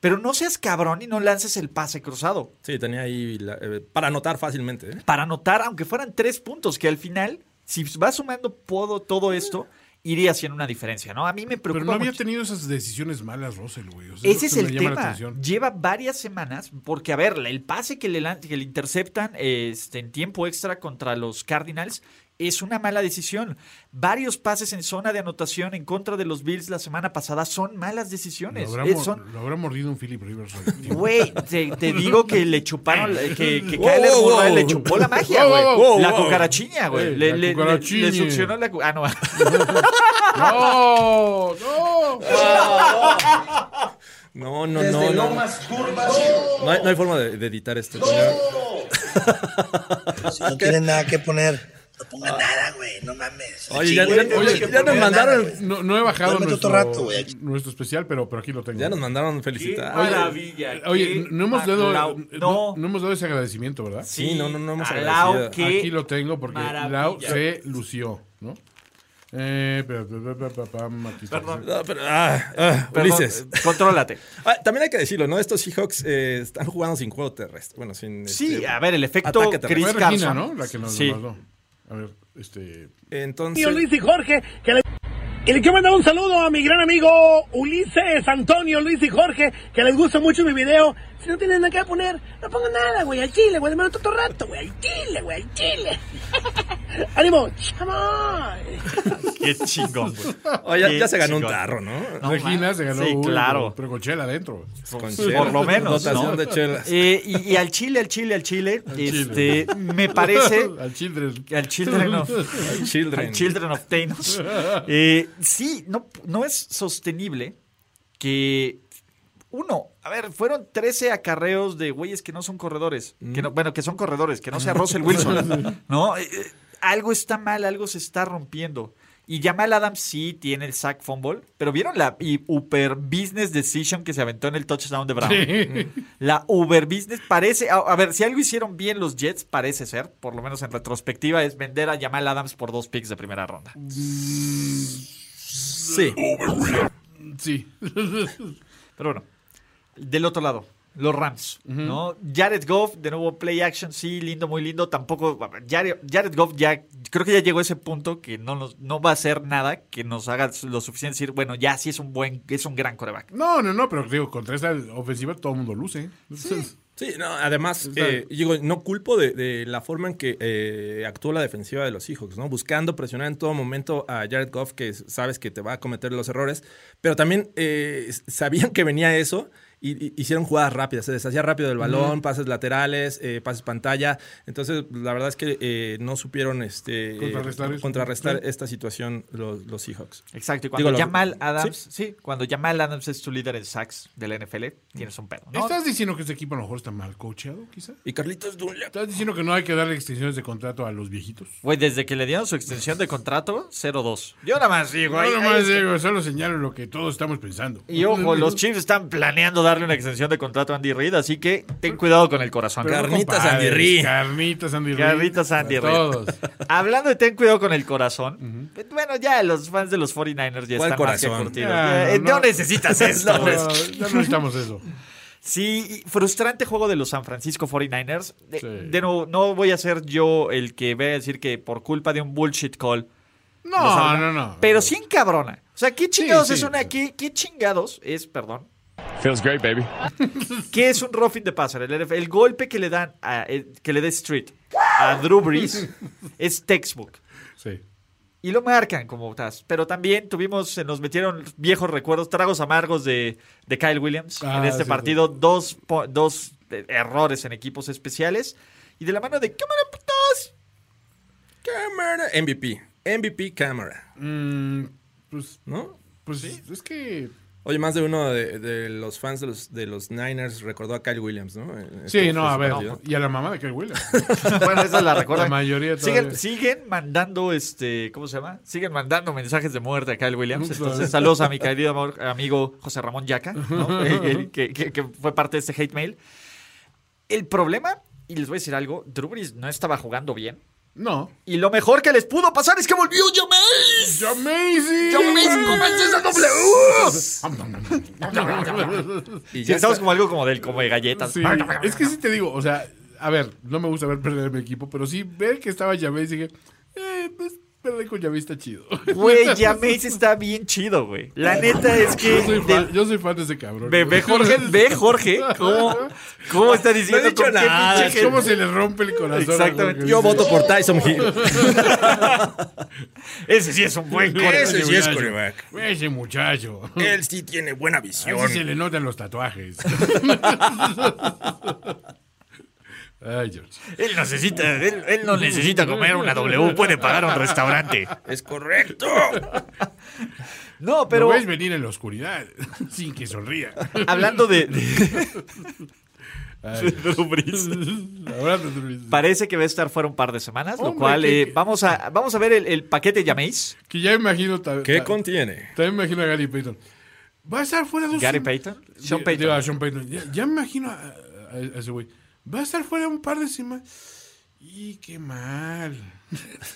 Pero no seas cabrón y no lances el pase cruzado.
Sí, tenía ahí la- eh, para anotar fácilmente. ¿eh?
Para anotar, aunque fueran tres puntos, que al final, si vas sumando todo, todo esto, iría haciendo una diferencia, ¿no? A mí me preocupa
Pero no había
mucho.
tenido esas decisiones malas, Russell, güey. O sea,
Ese es
lo
el
que me llama la
tema.
atención.
Lleva varias semanas, porque a ver, la- el pase que le, lan- que le interceptan este, en tiempo extra contra los Cardinals es una mala decisión. Varios pases en zona de anotación en contra de los Bills la semana pasada son malas
Lo
decisiones.
habrá,
Eh,
mor-
son-
lo habrá mordido un Philip Rivers. hoy, tío.
Güey, te, te digo que le chuparon, la- que, que
Wow,
Kyler
wow,
Murray
wow.
le chupó la magia,
Wow,
güey.
wow, wow,
la
wow.
cucarachiña, güey. le,
Ey, la
le- le- le
cucarachiña.
succionó la... cu- Ah, no.
¡No! ¡No!
No, no, no. no. No hay, no hay forma de, de editar esto.
No tienen nada que poner. No pongan nada, güey. No mames.
Oye, ya, ya-
oye,
ya nos mandaron,
No, no he bajado
Duérmete
nuestro,
otro rato, güey.
nuestro especial, pero, pero aquí lo tengo.
ya nos mandaron felicitar.
Maravilla.
Oye, no hemos, dado, no.
No.
no hemos dado ese agradecimiento, ¿verdad?
Sí, no, no, no hemos
a Lau
agradecido.
que-
Aquí lo tengo porque
maravilla.
Lau se lució, ¿no? Eh, pa, pa, pa, pa, pa, pam, aquí está.
Ah, pero- ah, ah,
Perdón,
Ulises.
eh, Contrólate.
Ah, también hay que decirlo, ¿no? Estos Seahawks eh, están jugando sin juego terrestre. Bueno, sin.
Sí,
este,
a ver, el efecto
ataque terrestre.
Chris
Fue Regina,
Carson.
¿no? La que nos
Sí.
mandó. A ver, este.
Entonces.
y Jorge, que le... Y le quiero mandar un saludo a mi gran amigo Ulises, Antonio, Luis y Jorge, que les gusta mucho mi video. Si no tienen nada que poner, no pongan nada, güey, al chile, güey, hermano, todo rato, güey, al chile, güey, al chile. ¡Ánimo! ¡Chamoy!
Qué chingón, güey.
Oh, ya,
Qué
ya se ganó un
chingón.
tarro, ¿no?
No
Regina
mames.
se ganó
Sí,
un,
claro.
pero con chela adentro.
Con
Por
chelas.
lo menos. ¿no?
Dotación de chelas.
Eh, y, y al chile, al chile, al chile.
chile.
este, Me parece.
Al Children.
Al Children of,
Children.
al children of Thanos. Eh, sí, no, no es sostenible que. Uno, a ver, fueron 13 acarreos de güeyes que no son corredores. Que no, bueno, que son corredores, que no sea Russell Wilson. ¿No? Eh, eh, algo está mal, algo se está rompiendo. Y Jamal Adams sí tiene el sack fumble, pero ¿vieron la y Uber Business Decision que se aventó en el touchdown de Brown? La Uber Business parece, a, a ver, si algo hicieron bien los Jets, parece ser, por lo menos en retrospectiva, es vender a Jamal Adams por dos picks de primera ronda.
Sí.
Sí.
Pero bueno, del otro lado, los Rams, ¿no? Jared Goff, de nuevo play action, sí, lindo, muy lindo. Tampoco, Jared, Jared Goff ya, creo que ya llegó a ese punto que no, nos- no va a hacer nada que nos haga lo suficiente decir, bueno, ya sí es un buen, es un gran coreback.
No, no, no, pero digo, contra esa ofensiva todo el mundo luce.
Sí, no,
Pues
además, eh, digo, no culpo de, de la forma en que eh, actuó la defensiva de los Seahawks, ¿no? Buscando presionar en todo momento a Jared Goff, que s- sabes que te va a cometer los errores, pero también eh, s- sabían que venía eso y, y- hicieron jugadas rápidas, se deshacía rápido del balón, pases laterales, eh, pases pantalla, entonces la verdad es que eh, no supieron este, eh,
Contrarrestar eso.
contrarrestar
Sí.
esta situación los, los Seahawks.
Exacto, y cuando
Digo, lo-
Jamal Adams, ¿sí? cuando Jamal Adams es tu líder en sacks del NFL, tienes un pedo, ¿no?
¿Estás diciendo que este equipo a lo mejor está mal coachado, quizá?
Y Carlitos Dunlap.
¿Estás diciendo que no hay que darle extensiones de contrato a los viejitos?
Güey, desde que le dieron su extensión de contrato, 0-2. Yo nada más digo,
No,
ahí- ahí
nomás
está.
digo, solo señalo lo que todos estamos pensando.
Y ojo, los Chiefs están planeando darle una extensión de contrato a Andy Reid, así que ten cuidado con el corazón.
Pero-
Carnita.
Carnitas
Compadres,
Andy Reid.
Carnitas Andy Reid.
Carnitas Andy
A
Reid.
Todos.
Hablando de ten cuidado con el corazón, bueno, ya los fans de los 49ers ya están
¿Cuál
más
corazón?
que curtidos.
Ya,
Eh,
no,
no,
no.
necesitas pues. eso.
No, no necesitamos eso.
Sí, y frustrante juego de los San Francisco 49ers. De,
Sí.
de nuevo, no voy a ser yo el que vaya a decir que por culpa de un bullshit call. los
No,
salva.
no, no.
Pero sí encabrona. O sea, ¿qué chingados
sí.
es una? ¿Qué, qué chingados es, perdón?
Feels great, baby.
¿Qué es un roughing the passer? El, NFL, el golpe que le dan a, eh, que le da Street a Drew Brees es textbook.
Sí.
Y lo marcan como tas. Pero también tuvimos, se nos metieron viejos recuerdos, tragos amargos de, de Kyle Williams
Ah,
en este
sí,
partido. Dos, po- dos eh, errores en equipos especiales. Y de la mano de cámara putas.
Cámara MVP. MVP Camara,
Mm, pues
¿no?
pues es que.
Oye, más de uno de, de los fans de los, de los Niners recordó a Kyle Williams, ¿no? En
Sí,
este-
no, a
Pues,
este
ver.
partido.
Y a la mamá de Kyle Williams.
Bueno, esa la recuerdo.
La mayoría
siguen,
todavía.
siguen mandando, este, ¿cómo se llama? Siguen mandando mensajes de muerte a Kyle Williams.
Ups,
Entonces,
vale.
saludos a mi querido amor- amigo José Ramón Yaca, ¿no? Eh, El que, que- que fue parte de este hate mail. El problema, y les voy a decir algo, Drew Brees no estaba jugando bien.
No.
Y lo mejor que les pudo pasar es que volvió Jameis.
¡Amazing!
Jameis con esa
W!
Y
Sí,
ya
estamos
está.
como algo como del como de galletas.
Sí, es que sí te digo, o sea, a ver, no me gusta ver perder a mi equipo, pero sí ver que estaba Yamés dije, eh, pues perder con Yamés está chido.
Güey, Jameis está bien chido, güey. La neta es que
Yo soy,
del-
fan, yo soy fan de ese cabrón.
Ve, ve, Jorge, ve Jorge, cómo, cómo está diciendo
dicho
con qué
nada,
pinche gente.
¿Cómo se le rompe el corazón? a Jorge?
Exactamente.
Yo voto por Tyson Hill.
Ese sí es un buen coreback.
Ese sí es coreback.
Ese muchacho.
Él sí tiene buena
A
visión.
ver si se Mm. le notan los tatuajes. Ay, George.
Él necesita, él, él no necesita comer una W, puede pagar un restaurante.
Es correcto.
No,
Pero...
pero
ves venir en la oscuridad sin que sonría.
hablando de, de-
Ay,
de Drew Brees,
ahora te-
parece que va a estar fuera un par de semanas, lo
Hombre,
cual
qué-
eh, vamos a vamos a ver el, el paquete Jameis,
Que ya imagino... ta-
¿Qué
ta-
contiene?
También me imagino a Gary Payton. Va a estar fuera dos
Gary Payton, Sean
Di- digo, a
Payton.
Sean Payton. Ya, ya me imagino a, a- a ese güey. Va a estar fuera un par de semanas. Y qué mal.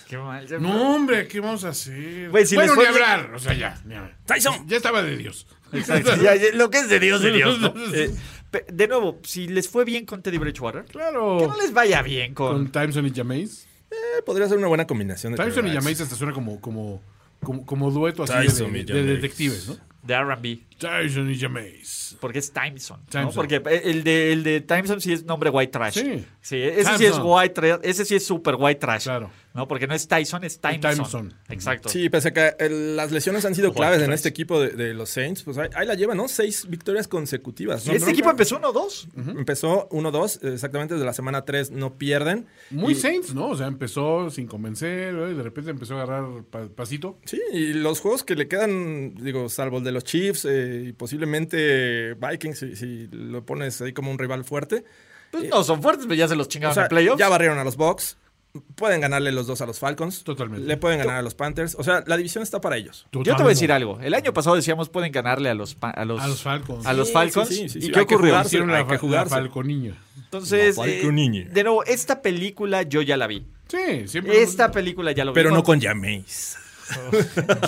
Qué mal.
No, hombre, ¿qué vamos a hacer?
Güey, si
bueno,
les
ni
fue
hablar. O sea, ya. ni hablar.
Tyson.
Ya estaba de Dios.
Exacto. Ya, ya, lo que es de Dios, de Dios. ¿no? Eh, pe- de nuevo, si les fue bien con Teddy Bridgewater, que
Claro.
no les vaya bien
Con
con.
Timeson y Jameis.
Eh, podría ser una buena combinación de
Timeson y
quarterbacks.
Jameis hasta suena como, como, como, como dueto así de,
Tyson y
de
Jameis.
detectives, ¿no?
de RB.
Tyson y Jameis.
Porque es Timeson. ¿no?
Timeson.
Porque eh, el de, el de Timeson sí es nombre white trash.
Sí.
ese sí es
Timeson.
white trash. Ese sí es super white trash.
Claro.
No, porque no es Tyson, es Timeson.
Timeson.
Exacto.
Sí, pese a que eh, las lesiones han sido claves en este equipo de, de los Saints, pues ahí, ahí la lleva, ¿no? Seis victorias consecutivas.
Y
¿no?
este equipo empezó 1-2.
Empezó 1-2, eh, exactamente desde la semana 3 no pierden.
Muy Saints, ¿no? O sea, empezó sin convencer, ¿eh? y de repente empezó a agarrar pa- pasito.
Sí, y los juegos que le quedan, digo, salvo el de los Chiefs eh, y posiblemente Vikings, si, si lo pones ahí como un rival fuerte.
Pues no son fuertes, pero ya se los
O
chingaron
sea,
en playoffs.
ya barrieron a los Bucks. Pueden ganarle los dos a los Falcons.
Totalmente.
Le pueden ganar a los Panthers. O sea, la división está para ellos.
Yo te voy a decir algo. El año pasado decíamos pueden ganarle a los, pa- a los,
A los Falcons.
a los
Sí,
Falcons.
sí, sí, sí,
¿Y
sí.
qué
Hay que
ocurrió?
jugarse.
Hicieron la,
hay que
fa- la
jugarse.
falconiña.
Entonces,
No,
eh,
Falconiña.
de nuevo, esta película yo ya la vi.
Sí, siempre.
Esta película ya lo vi.
Pero no con Jameis.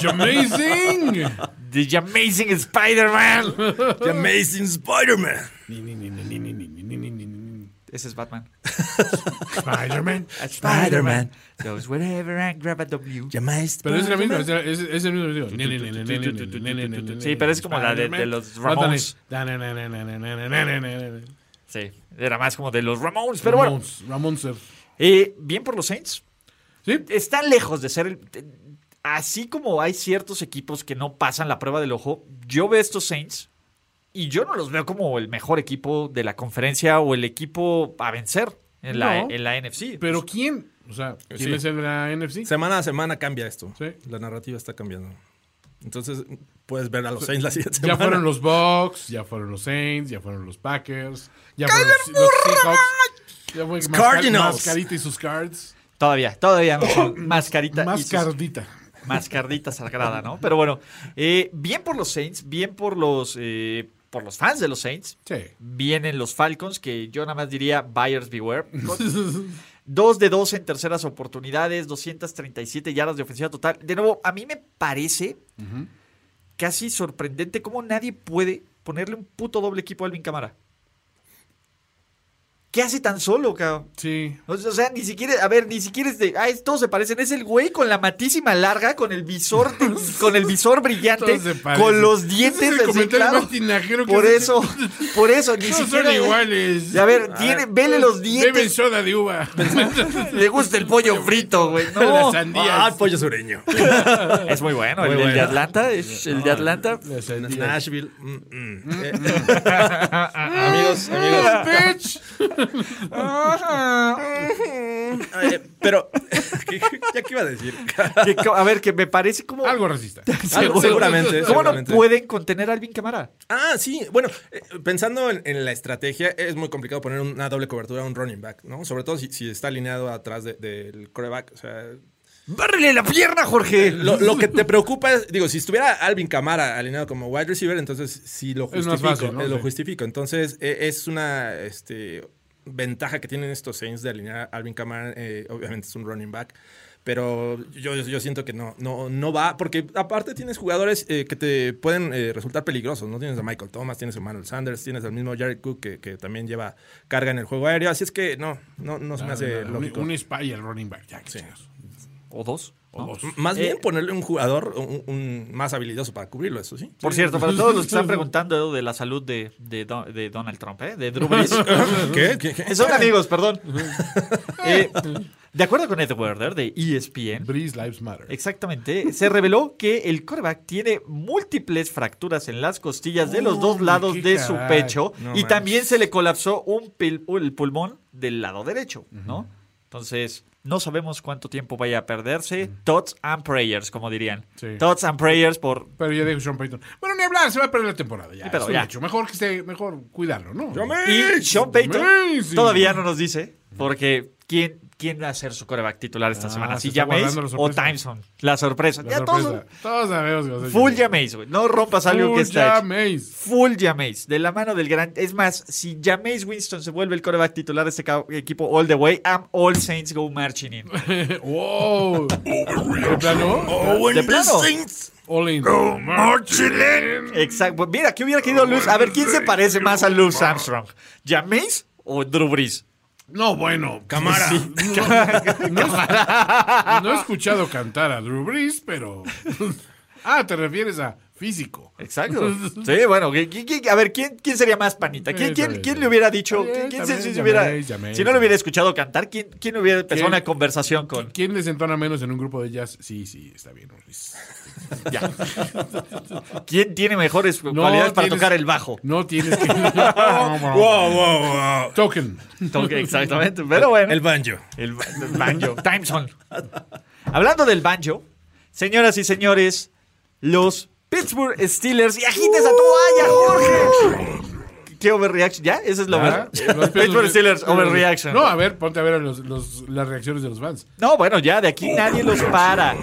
¡Amazing!
The Amazing Spider-Man.
Jameis in Spider-Man.
Ni, ni, ni, ni, ni, ni, ni, ni, ni, ni, ni, ni.
Ese es Batman.
Spider-Man.
Spider-Man.
Goes wherever and grab a W.
Jameis.
Pero es la misma, es, es, es el mismo video. Ni, ni, ni, ni, ni, ni, ni, ni, ni, ni, ni, ni.
Sí, pero es como la de- de los Ramones.
Ándale. Na, na, na, na, na, na, na, na, na.
Sí, era más como de los Ramones. Pero bueno,
Ramones, Ramones.
eh, bien por los Saints.
Sí.
Están lejos de ser el. de- Así como hay ciertos equipos que no pasan la prueba del ojo, yo veo estos Saints y yo no los veo como el mejor equipo de la conferencia o el equipo a vencer en, la,
No.
en la NFC.
Pero ¿quién? O sea, ¿quién
Sí.
es el de la NFC?
Semana a semana cambia esto.
Sí.
La narrativa está cambiando. Entonces, puedes ver a los Saints la siguiente semana.
Ya fueron los Bucks, ya fueron los Saints, ya fueron los Packers, ya fueron los, los Seahawks. Ya fue Masca-
Cardinals.
Mascarita y sus cards.
todavía, todavía no. mascarita. y sus-
Mascardita.
mascardita sagrada, ¿no? Pero bueno, eh, bien por los Saints, bien por los, eh, por los fans de los Saints.
Sí.
Vienen los Falcons, que yo nada más diría buyers beware. Dos de dos en terceras oportunidades, 237 yardas de ofensiva total. De nuevo, a mí me parece casi sorprendente cómo nadie puede ponerle un puto doble equipo a Alvin Camara. ¿Qué hace tan solo, cabrón?
Sí.
O sea, o sea, ni siquiera, a ver, ni siquiera es de, ah, es- todos se parecen, es el güey con la matísima larga, con el visor, de- con el visor brillante,
Todos se parecen.
con los
Ese
dientes,
es el
así,
comentario
claro.
más tinajero que
por
has hecho.
eso, por eso, ni
Todos
siquiera.
son iguales.
A ver, tiene, vele los
Beben
dientes,
soda de uva.
le gusta el pollo frito, güey,
La
no.
sandía.
Ah, pollo sureño.
Es muy bueno, el, el de Atlanta, es el de Atlanta.
La sandía.
Nashville. mm, mm. Eh, mm. amigos, amigos.
Bitch.
Eh, pero, ¿qué- qué- ¿ya qué iba a decir?
Que co- a ver, que me parece como.
Algo racista.
Algo seguramente.
¿Cómo no
seguramente.
pueden contener a Alvin Camara?
Ah, sí. Bueno, eh, pensando en, en la estrategia, es muy complicado poner una doble cobertura a un running back, ¿no? Sobre todo si, si está alineado atrás de- del coreback. O sea,
¡Bárrele la pierna, Jorge!
lo, lo que te preocupa es, digo, si estuviera Alvin Camara alineado como wide receiver, entonces sí lo
Es más
justifico.
fácil, ¿no?
eh, lo
Sí.
justifico. Entonces, eh, es una este, ventaja que tienen estos Saints de alinear a Alvin Camara. eh, obviamente es un running back. Pero yo, yo siento que no, no, no va, porque aparte tienes jugadores eh, que te pueden eh, resultar peligrosos, ¿no? Tienes a Michael Thomas, tienes a Manuel Sanders, tienes al mismo Jared Cook que, que también lleva carga en el juego aéreo. Así es que no, no, no se me hace
un,
lógico.
un spy al running back. Ya, que
Sí.
chingados.
O dos.
O dos.
Más
Eh,
bien ponerle un jugador un, un más habilidoso para cubrirlo, eso sí.
Por cierto, para todos los que están preguntando de la salud de, de Don- de Donald Trump, ¿eh? de Drew Brees.
¿Qué? ¿Qué? qué?
Son amigos, perdón. Eh, de acuerdo con Ed Werder de E ESPN,
Breeze Lives Matter.
exactamente, se reveló que el coreback tiene múltiples fracturas en las costillas de los dos
Uy,
lados
qué
de su
caray.
pecho y
No manches.
también se le colapsó un pil- el pulmón del lado derecho, ¿no? Entonces, no sabemos cuánto tiempo vaya a perderse. Thoughts and prayers, como dirían.
Sí.
Thoughts and prayers por
Pero ya dijo Sean Payton. Bueno, ni hablar, se va a perder la temporada. Ya,
Sí, pero
Ah, es un
ya.
hecho. Mejor que esté, mejor cuidarlo, ¿no?
Y Sean Payton
Amazing.
todavía no nos dice, porque ¿quién, quién va a ser su coreback titular esta
Ah,
semana?
se
¿Si
está
Jameis
guardando la
o
sorpresa.
Timeson? La sorpresa.
La
ya
sorpresa.
todos.
Todos sabemos que va a ser
Full
Jameis.
Jameis, güey. No rompas algo
Full
que está hecho.
Jameis.
Full Jameis, de la mano del gran. Es más, si Jameis Winston se vuelve el coreback titular de este ca- equipo all the way, I'm all Saints go marching in.
Wow. ¿De plano?
de plano.
All in.
Exacto. Mira, ¿qué hubiera querido Luz? A ver, ¿quién se parece más a Luz Armstrong? ¿Jameis o Drew Brees?
No, bueno.
Camara.
No, no es- no he escuchado cantar a Drew Brees, pero. Ah, te refieres a físico.
Exacto. Sí, bueno, ¿qui- qui- qui- a ver, ¿quién, quién sería más panita? ¿Quién,
Está
quién,
bien.
quién le hubiera dicho?
Está bien,
¿Quién
está
se-
bien,
se hubiera-
llamé, llamé,
si no
llamé.
lo hubiera escuchado cantar, ¿quién, quién hubiera empezado
¿Quién?
una conversación con...?
¿Quién les entona menos en un grupo de jazz? Sí, sí, está bien, Luis.
Ya. ¿Quién tiene mejores
No
cualidades para
tienes-
tocar el bajo?
No tienes que.
Ah, Wow, wow, wow.
Token.
Toque, Exactamente, pero bueno.
El banjo.
El, ba- el banjo. Timeson. Hablando del banjo, señoras y señores, los Pittsburgh Steelers. ¡Y agita esa toalla, Jorge! ¿Qué overreaction? ¿Ya? Esa es la
Ah, los
over- Pittsburgh Steelers overreaction.
No, a ver, ponte a ver los- los- las reacciones de los fans.
No, bueno, ya, de aquí nadie los para.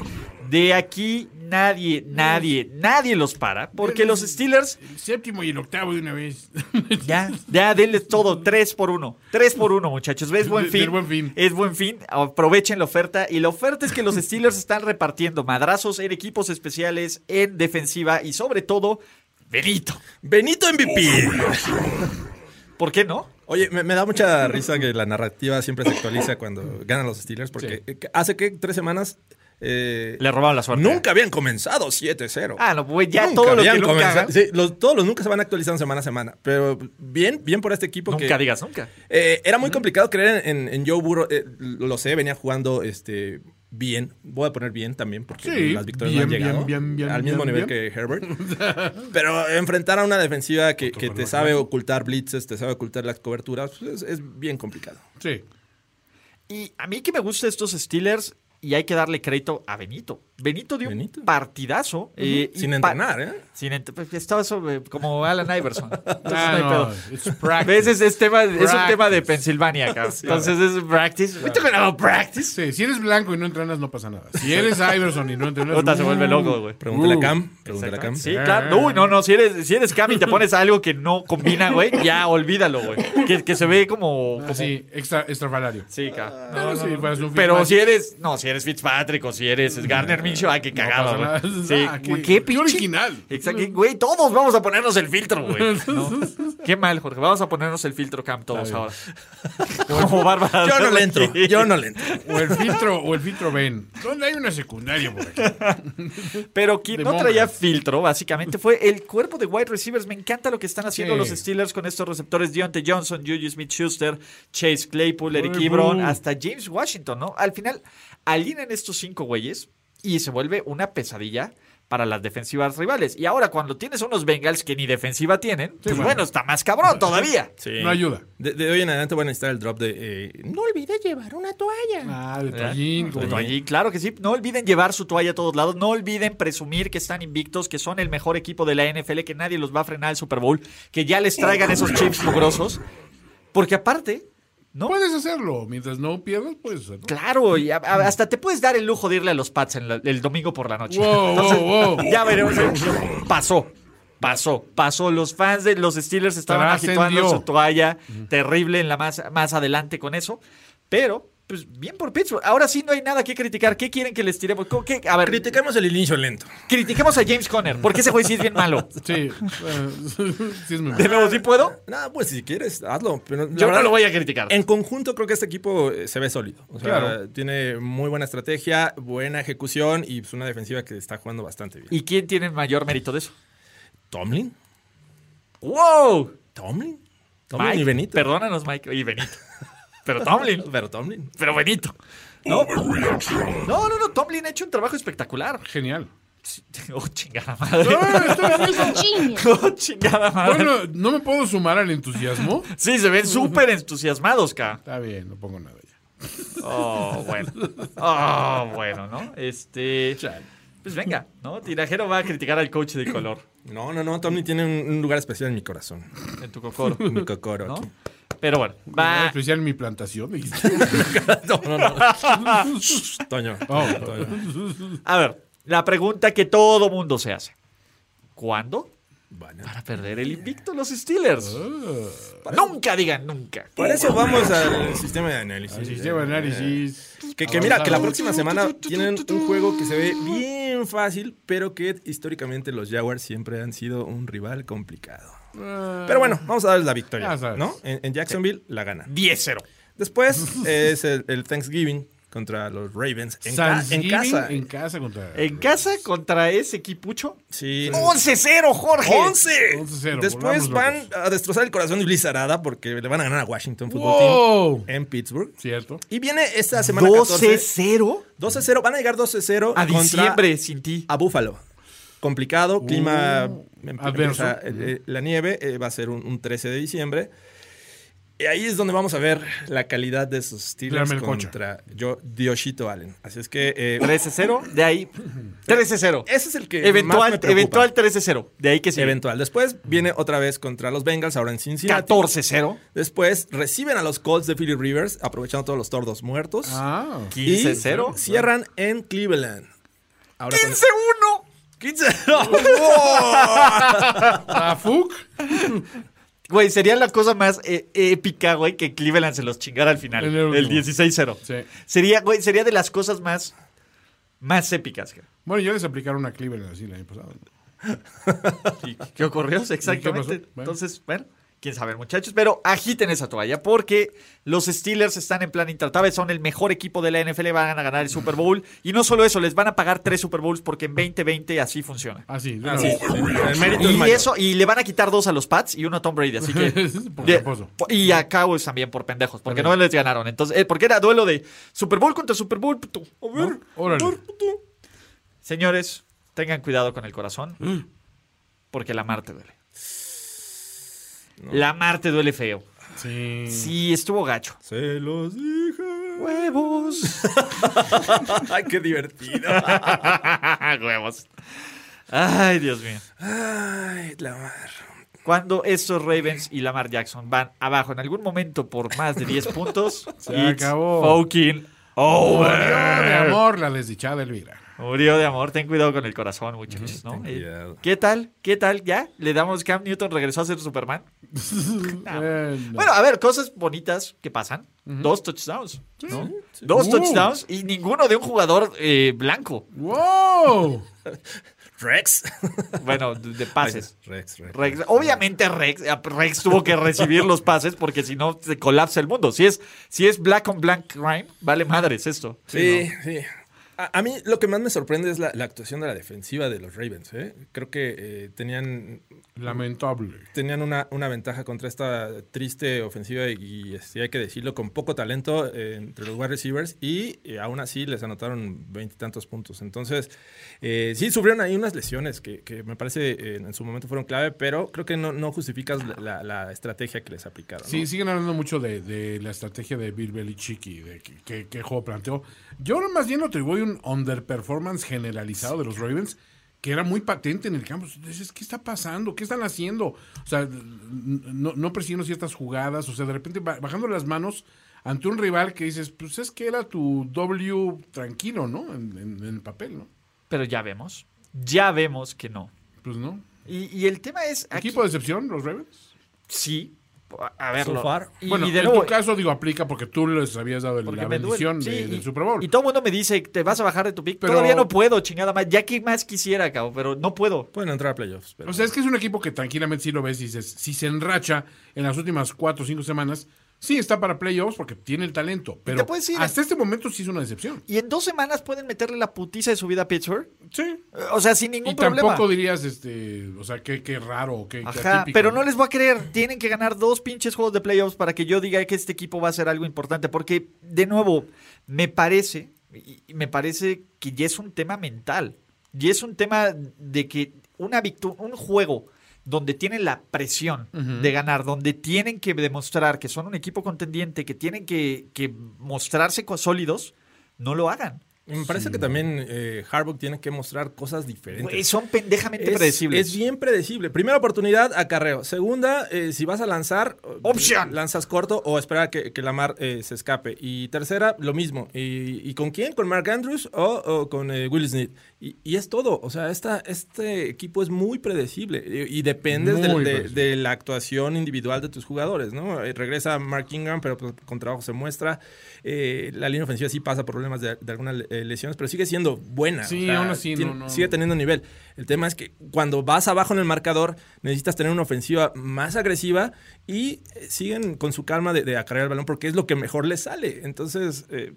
De aquí nadie, nadie, nadie los para. Porque los Steelers,
El séptimo y el octavo de una vez.
ya, ya, denles todo. Tres por uno. Tres por uno, muchachos. Es buen
Del
fin.
Buen Fin.
Es buen fin. Aprovechen la oferta. Y la oferta es que los Steelers están repartiendo madrazos en equipos especiales, en defensiva y sobre todo, Benito.
Benito MVP.
¿Por qué no?
Oye, me, me da mucha risa que la narrativa siempre se actualiza cuando ganan los Steelers, porque eh, hace que tres semanas eh,
Le robaron la suerte.
nunca habían comenzado 7-0.
Ah, no, pues ya
Nunca
todo lo que
habían
nunca
comenzado-
hagan,
Sí, los- todos los nunca se van actualizando semana a semana. Pero bien, bien por este equipo que.
Nunca digas nunca.
Eh, era muy complicado creer en, en- en Joe Burrow. eh, lo sé, venía jugando este, bien. Voy a poner bien también, porque
Sí,
las victorias
bien,
no han llegado
bien, bien, bien,
al mismo
bien,
nivel que Herbert. Pero enfrentar a una defensiva que, que te sabe ocultar blitzes, te sabe ocultar las coberturas, pues, es, es bien complicado.
Sí.
Y a mí que me gustan estos Steelers, y hay que darle crédito a Benito. Benito dio
Benito.
un partidazo. eh, y
Sin
pa-
entrenar, ¿eh?
Sin ent- pues, estaba sobre- como Alan Iverson. Entonces
Ah,
no hay
no,
pedo.
it's
A
practice.
veces es, tema, es un
Practice.
tema de Pensilvania, cabrón. Entonces es practice. We talking about practice.
Sí, si eres blanco y no entrenas, no pasa nada. Si eres Iverson y no entrenas.
Puta, se vuelve
mm,
loco, güey.
Pregúntale
Uh,
a Cam. Pregúntale a Cam.
Sí, claro. No, Uy, no, no. Si eres, si eres Cam y te pones algo que no combina, güey, ya olvídalo, güey. Que, que se ve como. como- sí,
Así, extra, extrafalario.
cabrón.
Pero si fueras un
Pero
Fitzmagic-
si eres, no, si eres Fitzpatrick o si eres Garner Minshew, ay, qué cagado,
pasa
güey.
nada.
Sí,
Ah, qué-
güey,
qué
qué pinche-
original.
Exacto, qué- güey, todos vamos a ponernos el filtro, güey. ¿no? Qué mal, Jorge, vamos a ponernos el filtro Cam todos ahora. Como Bárbara.
Yo no le entro.
Sí.
Yo no le entro.
O el filtro, o el filtro Ben. ¿Dónde hay una secundaria por aquí?
Pero quien
De
no traía
monjas.
filtro, básicamente, fue el cuerpo de wide receivers. Me encanta lo que están haciendo
Sí.
los Steelers con estos receptores: Deontay Johnson, Juju Smith Schuster, Chase Claypool, Eric
Uy,
Ebron,
uy.
hasta James Washington, ¿no? Al final, alinean estos cinco güeyes y se vuelve una pesadilla. para las defensivas rivales. Y ahora cuando tienes unos Bengals que ni defensiva tienen, pues bueno, está más cabrón todavía.
No ayuda.
De, de hoy en adelante van a necesitar el drop de. eh, no olvides llevar una toalla.
Ah, de toallín, como-
Pero allí, claro que sí. No olviden llevar su toalla a todos lados. No olviden presumir que están invictos, que son el mejor equipo de la NFL, que nadie los va a frenar el Super Bowl, que ya les traigan esos chips mugrosos. Porque aparte, ¿no?
Puedes hacerlo. Mientras no pierdas, puedes hacerlo.
Claro, y a- a- hasta te puedes dar el lujo de irle a los Pats en la- el domingo por la noche.
Wow,
Entonces,
wow, wow.
Ya veremos. Pasó. Pasó, pasó. Los fans de los Steelers estaban
Trascendió.
agitando su toalla terrible en la más, más adelante con eso. Pero, pues bien por Pittsburgh. Ahora sí no hay nada que criticar. ¿Qué quieren que les tiremos? ¿Cómo que- A ver,
Criticamos el inicio lento.
critiquemos a James Conner, porque ese güey sí es bien malo.
Sí. eh, sí, es muy
De
malo.
nuevo, ¿sí puedo?
Nada, pues si quieres, hazlo. Pero la
Yo no
verdad-
lo voy a criticar.
En conjunto, creo que este equipo eh, se ve sólido. O sea,
Claro.
tiene muy buena estrategia, buena ejecución y pues, una defensiva que está jugando bastante bien.
¿Y quién tiene el mayor mérito de eso?
¿Tomlin?
¡Wow!
¿Tomlin? ¿Tomlin
Mike,
y Benito?
Perdónanos, Mike. Y Benito. Pero Tomlin.
Pero Tomlin.
pero Benito. No, pues, no, no, no, Tomlin ha hecho un trabajo espectacular.
Genial.
Oh, chingada madre.
No, estoy-
Oh, chingada madre.
bueno, no me puedo sumar al entusiasmo.
Sí, se ven súper entusiasmados, ca.
Está bien, no pongo nada ya.
Oh, bueno. Oh, bueno, ¿no? Este. Pues venga, ¿no? Tirajero va a criticar al coach de color
No, no, no. Tomlin tiene un, un lugar especial en mi corazón.
en tu cocoro,
Mi cocoro.
¿no?
aquí.
Pero bueno,
En
va.
especial mi plantación. dijiste.
Toño.
Oh,
Toño.
A ver, la pregunta que todo mundo se hace: ¿Cuándo
Bueno.
van a perder el invicto los Steelers? Nunca digan nunca.
Por eso vamos al sistema de análisis.
Sistema de análisis.
Que, que mira, que la
Avanzado.
próxima semana tienen un juego que se ve bien fácil, pero que históricamente los Jaguars siempre han sido un rival complicado. Pero bueno, vamos a darles la victoria.
Ah. Ya sabes.
¿no? En, en Jacksonville la gana.
10-0.
Después es el, el Thanksgiving contra los Ravens en, ca- en
Thanksgiving
casa.
En casa Eh, contra.
En casa contra ese equipucho.
Sí.
11-0, Jorge.
11.
11-0,
Después
volvamos
van a destrozar el corazón de Ulises Arada porque le van a ganar a Washington Football
¡Wow!
Team en Pittsburgh.
Cierto.
Y viene esta semana 14.
12-0
12-0. Van a llegar 12-0
a
contra-
diciembre sin ti.
a Búfalo. Complicado, clima em-
adverso.
empieza, eh, eh, la nieve eh, va a ser un, un 13 de diciembre. Y ahí es donde vamos a ver la calidad de sus Steelers
La melcocha.
contra yo, Dioshito Allen. Así es que eh,
13-0, de ahí 13-0.
ese es el que más me
Eventual,
preocupa.
eventual 13-0. De ahí que
Sí.
se
Eventual. Después viene otra vez contra los Bengals, ahora en Cincinnati.
14-0.
Después reciben a los Colts de Philip Rivers, aprovechando todos los tordos muertos.
Ah.
Y
15-0.
Cierran en Cleveland. Ahora con-
15-1.
15-0.
¿A Fuck?
Güey, sería la cosa más eh, épica, güey, que Cleveland se los chingara al final.
En
El,
el último.
16-0.
Sí.
Sería, güey, sería de las cosas más, más épicas. güey.
Bueno, ya les aplicaron a Cleveland así el año pasado.
¿Y ¿Qué ocurrió?
pasó?
Exactamente.
Bueno.
Entonces, bueno, quién sabe, muchachos. Pero agiten esa toalla porque los Steelers están en plan intratable. Son el mejor equipo de la NFL. Van a ganar el Super Bowl. Y no solo eso, les van a pagar tres Super Bowls porque en 2020 así funciona.
Así. de una
Ah, sí.
vez.
El mérito es
Y
mayor.
eso, y le van a quitar dos a los Pats y uno a Tom Brady, así que.
Por
de-
tramposo.
y a Cowboys también por pendejos, porque no les ganaron. Entonces, eh, porque era duelo de Super Bowl contra Super Bowl. puto. A ver,
Órale.
a ver, puto. Señores, tengan cuidado con el corazón. Porque la Marte duele. La Marte duele feo.
Sí.
Sí, estuvo gacho.
Se los dije.
Huevos.
Ay, qué divertido.
Huevos. Ay, Dios mío.
Ay, la mar.
Cuando estos Ravens y Lamar Jackson van abajo en algún momento por más de 10 puntos, se
acabó.
Fucking over.
Murió de amor la desdichada Elvira.
Murió de amor, ten cuidado con el corazón, muchachos, ¿no? Eh,
cuidado.
¿Qué tal? ¿Qué tal? ¿Ya? ¿Le damos Cam Newton? ¿Regresó a ser Superman?
Eh, no.
Bueno, a ver, cosas bonitas que pasan. Dos touchdowns, ¿no? Dos
Uh.
touchdowns y ninguno de un jugador eh, blanco.
¡Wow!
Rex.
Bueno, de, de pases.
Rex, Rex.
Rex- obviamente Rex, eh, Rex tuvo que recibir los pases porque si no se colapsa el mundo. Si es, si es black on black crime, vale madres esto.
Sí, sí. A, a mí lo que más me sorprende es la, la actuación de la defensiva de los Ravens. ¿eh? Creo que eh, tenían
Lamentable.
tenían una, una ventaja contra esta triste ofensiva y, y, este, hay que decirlo con poco talento eh, entre los wide receivers y eh, aún así les anotaron veintitantos puntos. Entonces, eh, sí sufrieron ahí unas lesiones que, que me parece eh, en su momento fueron clave, pero creo que no, no justificas la, la- la estrategia que les aplicaron.
Sí,
¿no?
siguen hablando mucho de, de la estrategia de Bill Belichick y de qué- qué qué juego planteó. Yo ahora más bien lo atribuyo a un underperformance generalizado de los Ravens que era muy patente en el campo. Dices, ¿qué está pasando? ¿Qué están haciendo? O sea, no, no persiguiendo ciertas jugadas, o sea, de repente ba- bajando las manos ante un rival que dices, pues es que era tu W tranquilo, ¿no? En, en- en el papel, ¿no?
Pero ya vemos. Ya vemos que no.
Pues no.
Y, y el tema es. Aquí,
¿Equipo de excepción, los Ravens?
Sí. A verlo.
So far.
Y,
bueno,
y de
en
nuevo,
tu caso, digo, aplica porque tú les habías dado el-
porque
la
me duele.
bendición
Sí,
de-
y-
del Super Bowl.
Y todo el mundo me dice, te vas a bajar de tu pick.
Pero-
Todavía no puedo, chingada más. Ya que más quisiera, cabrón, pero no puedo.
Pueden entrar a playoffs. Pero...
O sea, es que es un equipo que tranquilamente sí lo ves y dices, si se enracha en las últimas cuatro o cinco semanas, sí está para playoffs porque tiene el talento. Pero
puedes ir a-
hasta este momento sí es una decepción.
Y en dos semanas pueden meterle la putiza de su vida a Pittsburgh.
Sí.
Eh, O sea, sin ningún
Y
problema.
tampoco dirías, este, o sea, qué, qué raro o qué, qué
Ajá,
atípico,
pero no les voy a creer. Tienen que ganar dos pinches juegos de playoffs para que yo diga que este equipo va a hacer algo importante. Porque, de nuevo, me parece, y- y me parece que ya es un tema mental. Y es un tema de que una victu- un juego donde tienen la presión de ganar, donde tienen que demostrar que son un equipo contendiente, que tienen que, que mostrarse co- sólidos, no lo hagan.
Y Me parece que también eh, Harbaugh tiene que mostrar cosas diferentes.
Güey, son pendejamente
Es-
predecibles.
Es bien predecible. Primera oportunidad, acarreo. Segunda, eh, si vas a lanzar,
Opción.
lanzas corto o espera que, que Lamar eh, se escape. Y tercera, lo mismo. ¿Y, y con quién? ¿Con Mark Andrews o, o con eh, Will Smith? Y, y es todo. O sea, esta, este equipo es muy predecible y, y dependes
Muy
del- de,
predecible.
de la actuación individual de tus jugadores. ¿no? Eh, regresa Mark Ingram, pero pues, con trabajo se muestra. Eh, la línea ofensiva sí pasa por problemas de, de algunas eh, lesiones, pero sigue siendo buena.
Sí, aún así,
tiene-
no, no,
sigue
no.
teniendo nivel. El tema es que cuando vas abajo en el marcador, necesitas tener una ofensiva más agresiva y eh, siguen con su calma de, de acarrear el balón porque es lo que mejor les sale. Entonces, eh,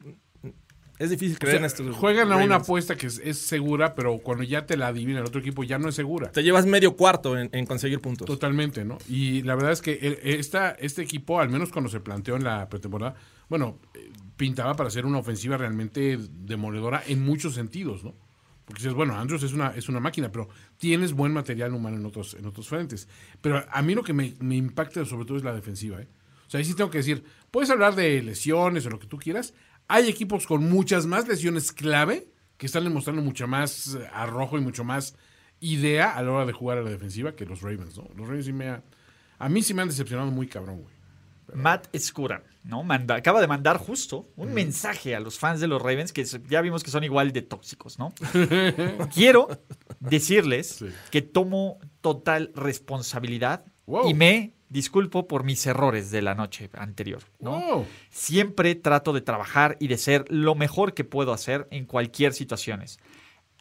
es difícil
O
creer
sea,
en estos.
juegan a una
Ravens.
apuesta que es, es segura, pero cuando ya te la adivina el otro equipo ya no es segura.
Te llevas medio cuarto en, en conseguir puntos.
Totalmente, ¿no? Y la verdad es que el- esta, este equipo, al menos cuando se planteó en la pretemporada, bueno, eh, pintaba para ser una ofensiva realmente demoledora en muchos sentidos, ¿no? Porque dices, bueno, Andrews es una, es una máquina, pero tienes buen material humano en otros, en otros frentes. Pero a mí lo que me, me impacta sobre todo es la defensiva, ¿eh? O sea, ahí sí tengo que decir, puedes hablar de lesiones o lo que tú quieras. Hay equipos con muchas más lesiones clave que están demostrando mucho más eh, arrojo y mucho más idea a la hora de jugar a la defensiva que los Ravens, ¿no? Los Ravens sí me ha- a mí sí me han decepcionado muy cabrón, güey.
Matt Escura, ¿no? Manda- acaba de mandar justo un mensaje a los fans de los Ravens que se- ya vimos que son igual de tóxicos, ¿no? Quiero decirles
Sí.
que tomo total responsabilidad
Wow.
y me disculpo por mis errores de la noche anterior, ¿no?
Wow.
Siempre trato de trabajar y de ser lo mejor que puedo hacer en cualquier situaciones.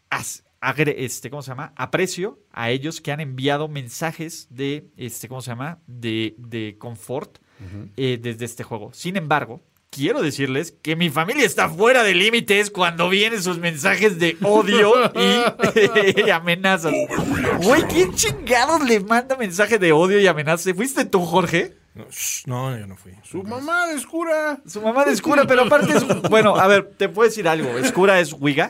As- agre- este, ¿Cómo se llama? Aprecio a ellos que han enviado mensajes de, este, ¿cómo se llama? De, de confort eh, desde este juego. Sin embargo, quiero decirles que mi familia está fuera de límites cuando vienen sus mensajes de odio y, y amenazas. Güey, ¿quién chingados le manda mensaje de odio y amenazas? ¿Fuiste tú, Jorge?
No, shh, no, yo no fui.
Tu mamá es cura.
Su mamá es cura, pero aparte es. Bueno, a ver, te puedo decir algo. Escura es Wiga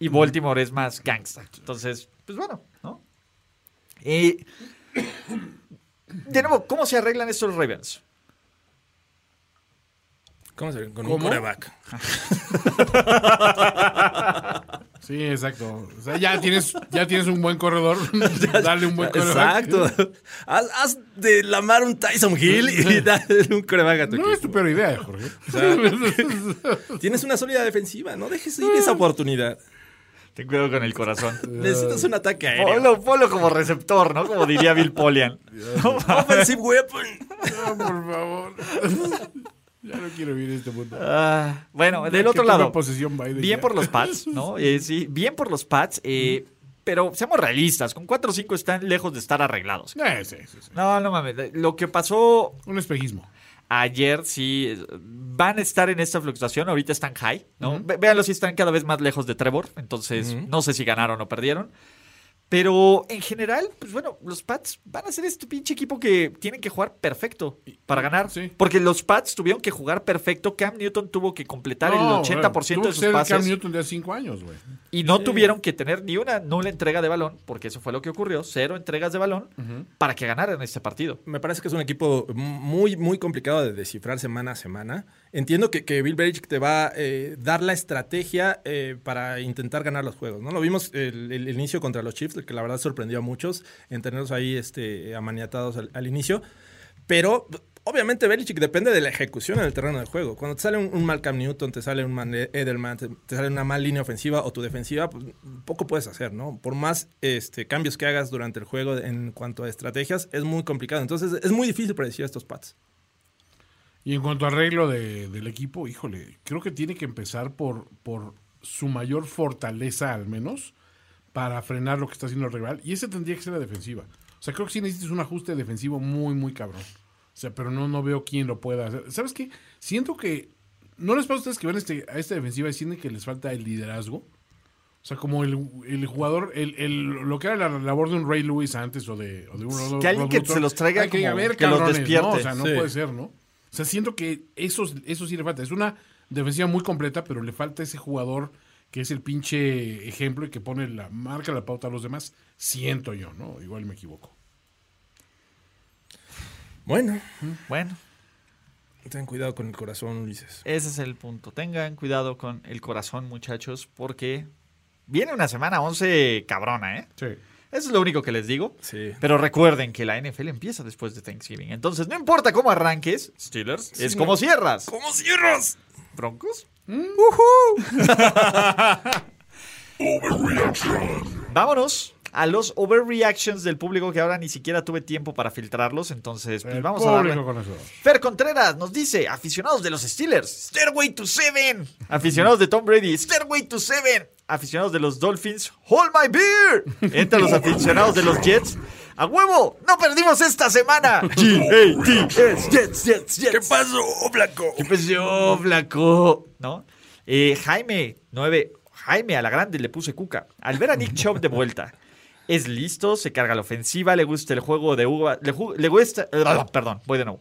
y Baltimore es más gangsta. Entonces, pues bueno, ¿no? Eh, de nuevo, ¿cómo se arreglan estos Ravens?
¿Cómo se Con un
¿Cómo?
quarterback.
Sí, exacto. O sea, ya tienes, ya tienes un buen corredor. Dale un buen corredor.
Exacto. haz, haz de Lamar un Tyson Hill y dale un quarterback a tu
No es
equipo.
tu peor idea, Jorge.
Tienes una sólida defensiva. No dejes
Ah.
ir esa oportunidad.
Ten cuidado con el corazón.
Necesitas un ataque aéreo.
Polo, polo como receptor, ¿no? Como diría Bill Polian.
Offensive weapon.
No, por favor. Ya no quiero vivir este mundo.
Ah, bueno, del
Que
otro
tome
lado.
posesión Biden
Bien
ya.
por los Pats, ¿no? Eh, sí, bien por los Pats, eh, pero seamos realistas. Con 4 o 5 están lejos de estar arreglados.
Eh, sí, sí, sí.
No, no mames. Lo que pasó
Un espejismo.
ayer sí eh, van a estar en esta fluctuación. Ahorita están high, ¿no? Ve- Véanlo si están cada vez más lejos de Trevor. Entonces, no sé si ganaron o perdieron. Pero en general, pues bueno, los Pats van a ser este pinche equipo que tienen que jugar perfecto para ganar.
Sí.
Porque los Pats tuvieron que jugar perfecto. Cam Newton tuvo que completar
No,
el 80%
tuvo
de
que
sus
ser
pases.
Cam Newton de hace cinco años, güey.
Y no tuvieron que tener ni una nula entrega de balón, porque eso fue lo que ocurrió, cero entregas de balón para que ganaran este partido.
Me parece que es un equipo muy, muy complicado de descifrar semana a semana. Entiendo que, que Bill Belichick te va a eh, dar la estrategia eh, para intentar ganar los juegos, ¿no? Lo vimos el, el inicio contra los Chiefs, que la verdad sorprendió a muchos en tenerlos ahí este, amaniatados al, al inicio. Pero obviamente Belichick depende de la ejecución en el terreno de juego. Cuando te sale un, un mal Cam Newton, te sale un mal Edelman, te, te sale una mal línea ofensiva o tu defensiva, pues poco puedes hacer, ¿no? Por más este, cambios que hagas durante el juego en cuanto a estrategias, es muy complicado. Entonces es muy difícil predecir a estos pads.
Y en cuanto al arreglo de- del equipo, híjole, creo que tiene que empezar por, por su mayor fortaleza, al menos, para frenar lo que está haciendo el rival. Y ese tendría que ser la defensiva. O sea, creo que sí necesitas un ajuste defensivo muy, muy cabrón. O sea, pero no, no veo quién lo pueda hacer. ¿Sabes qué? Siento que. ¿No les pasa a ustedes que ven este, a esta defensiva y sienten que les falta el liderazgo? O sea, como el, el jugador, el, el- lo que era la labor de un Ray Lewis antes o de, o de un Rod-
Que alguien que
Rod
se los traiga
Ay, que, diga,
como
"A ver,
que los
cabrones",
despierte.
¿no? O sea, no
Sí.
puede ser, ¿no? O sea, siento que eso, eso sí le falta. Es una defensiva muy completa, pero le falta ese jugador que es el pinche ejemplo y que pone la marca, la pauta a los demás. Siento yo, ¿no? Igual me equivoco.
Bueno,
Bueno,
ten cuidado con el corazón, Ulises.
ese es el punto. Tengan cuidado con el corazón, muchachos, porque viene una semana 11 cabrona, ¿eh?
Sí.
Eso es lo único que les digo.
Sí.
Pero recuerden que la NFL empieza después de Thanksgiving. Entonces, no importa cómo arranques, Steelers, es como cierras.
¿Cómo cierras?
¿Broncos? Ujú. Vámonos a los overreactions del público que ahora ni siquiera tuve tiempo para filtrarlos, entonces pues,
El
vamos a darle.
público con eso.
Fer Contreras nos dice, aficionados de los Steelers, Stairway to Seven. Aficionados de Tom Brady, Stairway to Seven. Aficionados de los Dolphins, Hold My Beer. Entre los aficionados de los Jets, a huevo, no perdimos esta semana. G-A-T-S, Jets, Jets, Jets.
¿Qué pasó, Blanco?
¿Qué pasó, flaco? ¿No? Eh, Jaime 9. Jaime a la grande le puse cuca. Al ver a Nick Chubb de vuelta. Es listo, se carga la ofensiva, le gusta el juego de uva. Le, ju- le gusta. eh, Perdón, voy de nuevo.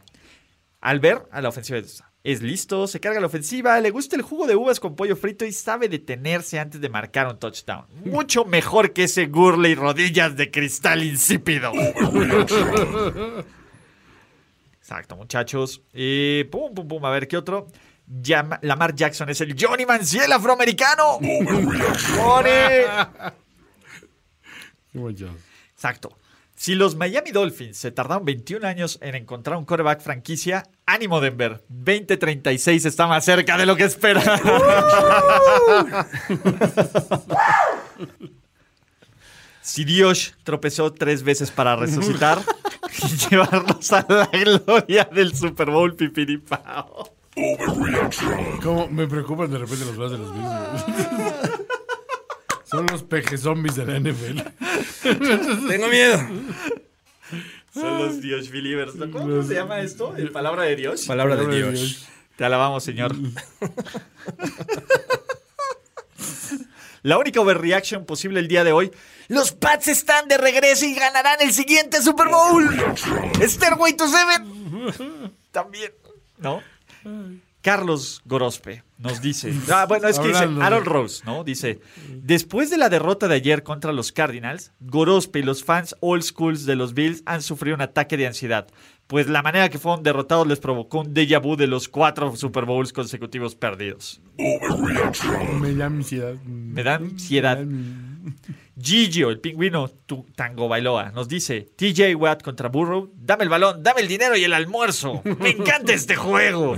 Al ver a la ofensiva de Es listo, se carga la ofensiva, le gusta el jugo de uvas con pollo frito y sabe detenerse antes de marcar un touchdown. Mucho mejor que ese Gurley rodillas de cristal insípido. Exacto, muchachos. Eh, pum, pum, pum. A ver, ¿qué otro? Yam- Lamar Jackson es el Johnny Manziel afroamericano. Johnny.
Qué buen job.
Exacto. Si los Miami Dolphins se tardaron 21 años en encontrar un quarterback franquicia, ánimo Denver. 2036 está más cerca de lo que espera. si Dios tropezó tres veces para resucitar y llevarnos a la gloria del Super Bowl pipiripao.
¿Cómo me preocupan de repente los fans de los Bills? güey? Son los peje zombies de la NFL.
Tengo miedo.
Son los Dios believers. ¿no? ¿Cómo se llama esto? ¿El palabra de Dios?
Palabra de
Palabra de
Dios.
Te alabamos, señor. La única overreaction posible el día de hoy. Los Pats están de regreso y ganarán el siguiente Super Bowl. Stairway to Seven. También, ¿no? Carlos Gorospe nos dice. Ah, bueno, es que dice
Hablando de-
Aaron Rose, ¿no? Dice: Después de la derrota de ayer contra los Cardinals, Gorospe y los fans old schools de los Bills han sufrido un ataque de ansiedad, pues la manera que fueron derrotados les provocó un déjà vu de los cuatro Super Bowls consecutivos perdidos.
Me da ansiedad.
Mm, Me da ansiedad. Gigio, el pingüino tu- tango bailoa, nos dice: TJ Watt contra Burrow, dame el balón, dame el dinero y el almuerzo. Me encanta este juego.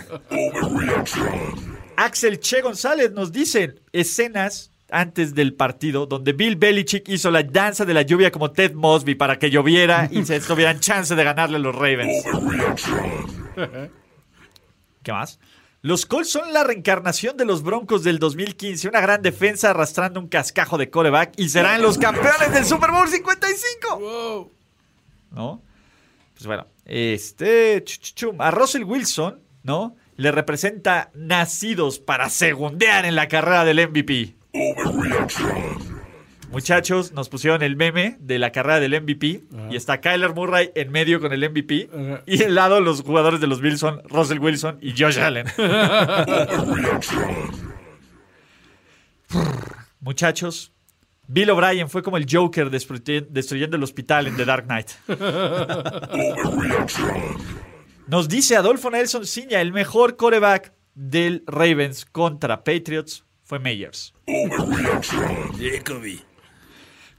Axel Che González nos dice: escenas antes del partido donde Bill Belichick hizo la danza de la lluvia como Ted Mosby para que lloviera y se tuvieran chance de ganarle a los Ravens. ¿Qué más? Los Colts son la reencarnación de los Broncos del 2015, una gran defensa arrastrando un cascajo de coreback y serán los campeones del Super Bowl 55. ¿No? Pues bueno, este, chu, chu, chu, a Russell Wilson, ¿no? le representa nacidos para segundear en la carrera del MVP. Muchachos, nos pusieron el meme de la carrera del MVP y está Kyler Murray en medio con el MVP y al lado los jugadores de los Wilson, Russell Wilson y Josh Allen. Muchachos, Bill O'Brien fue como el Joker destruy- destruyendo el hospital en The Dark Knight. Nos dice Adolfo Nelson Ciña, el mejor coreback del Ravens contra Patriots fue Meyers.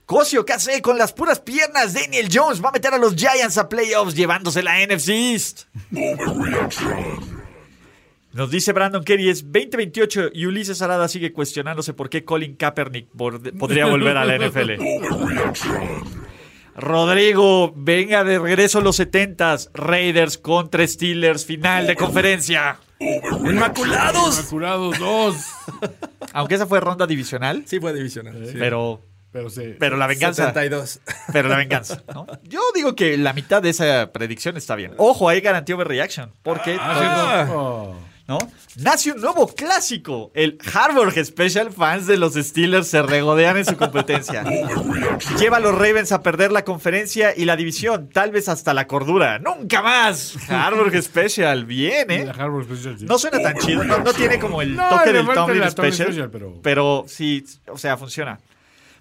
Cosio, ¿qué hace con las puras piernas? Daniel Jones va a meter a los Giants a playoffs llevándose la NFC East. Nos dice Brandon Kerry, es 2028 y Ulises Arada sigue cuestionándose por qué Colin Kaepernick borde- podría volver a la NFL. Rodrigo, venga de regreso los 70s, Raiders contra Steelers, final de conferencia.
¡Inmaculados!
Curados dos.
Aunque esa fue ronda divisional,
Sí, fue divisional. sí.
pero,
Pero se.
pero la venganza.
72.
Pero la venganza, ¿no? Yo digo que la mitad de esa predicción está bien. Ojo, ahí garantía overreaction. Porque,
Oh.
¿no? Nace un nuevo clásico. El Harvard Special fans de los Steelers se regodean en su competencia. Lleva a los Ravens a perder la conferencia y la división, tal vez hasta la cordura. ¡Nunca más! Harvard Special, bien,
La
¿eh?
Harvard Special, sí.
No suena tan chido, no, no tiene como el
No,
toque
le
del
falta
Tomlin
la Tomlin
Special,
Special,
pero...
pero-
sí, o sea, funciona.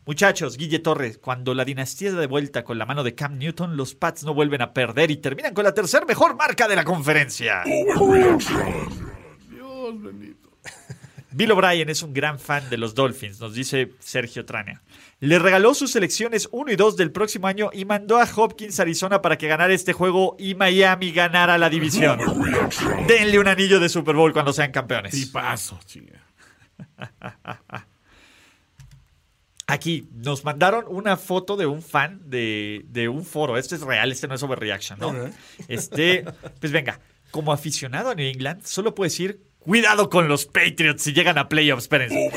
Muchachos, Guille Torres, cuando la dinastía da de vuelta con la mano de Cam Newton, los Pats no vuelven a perder y terminan con la tercer mejor marca de la conferencia.
Dios bendito.
Bill O'Brien es un gran fan de los Dolphins, nos dice Sergio Trania. Le regaló sus selecciones 1 y 2 del próximo año y mandó a Hopkins a Arizona para que ganara este juego y Miami ganara la división. Denle un anillo de Super Bowl cuando sean campeones.
Y paso, chinga.
Ah, Aquí nos mandaron una foto de un fan de, de un foro. Este es real, este no es overreaction, ¿no? Este, pues venga, como aficionado a New England, solo puedo decir, cuidado con los Patriots si llegan a playoffs, espérense.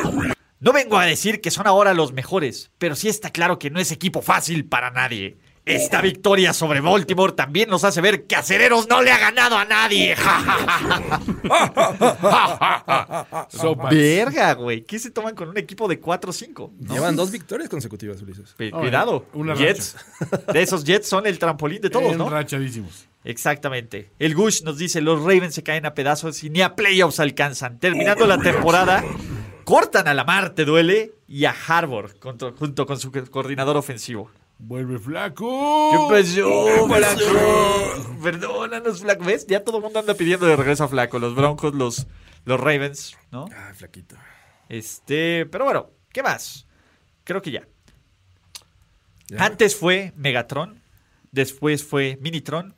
No vengo a decir que son ahora los mejores, pero sí está claro que no es equipo fácil para nadie. Esta victoria sobre Baltimore también nos hace ver que Acereros no le ha ganado a nadie. Ja, ja,
Sopa.
Verga, güey. ¿Qué se toman con un equipo de 4-5?
Llevan dos victorias consecutivas, Ulises.
Pe- Cuidado.
una
Jets. De esos Jets son el trampolín de todos, ¿no?
Enrachadísimos.
Exactamente. El Gush nos dice, los Ravens se caen a pedazos y ni a playoffs alcanzan. Terminando la temporada, cortan a la mar, te duele, y a Harvard contra- junto con su coordinador ofensivo.
Vuelve flaco. Oh,
pasó, Flaco? Perdónanos, Flaco. ¿Ves? Ya todo el mundo anda pidiendo de regreso a Flaco. Los Broncos, los, los Ravens, ¿no?
Ay, Ah, flaquito.
Este, pero bueno, ¿qué más? Creo que ya. Antes fue Megatron, después fue Minitron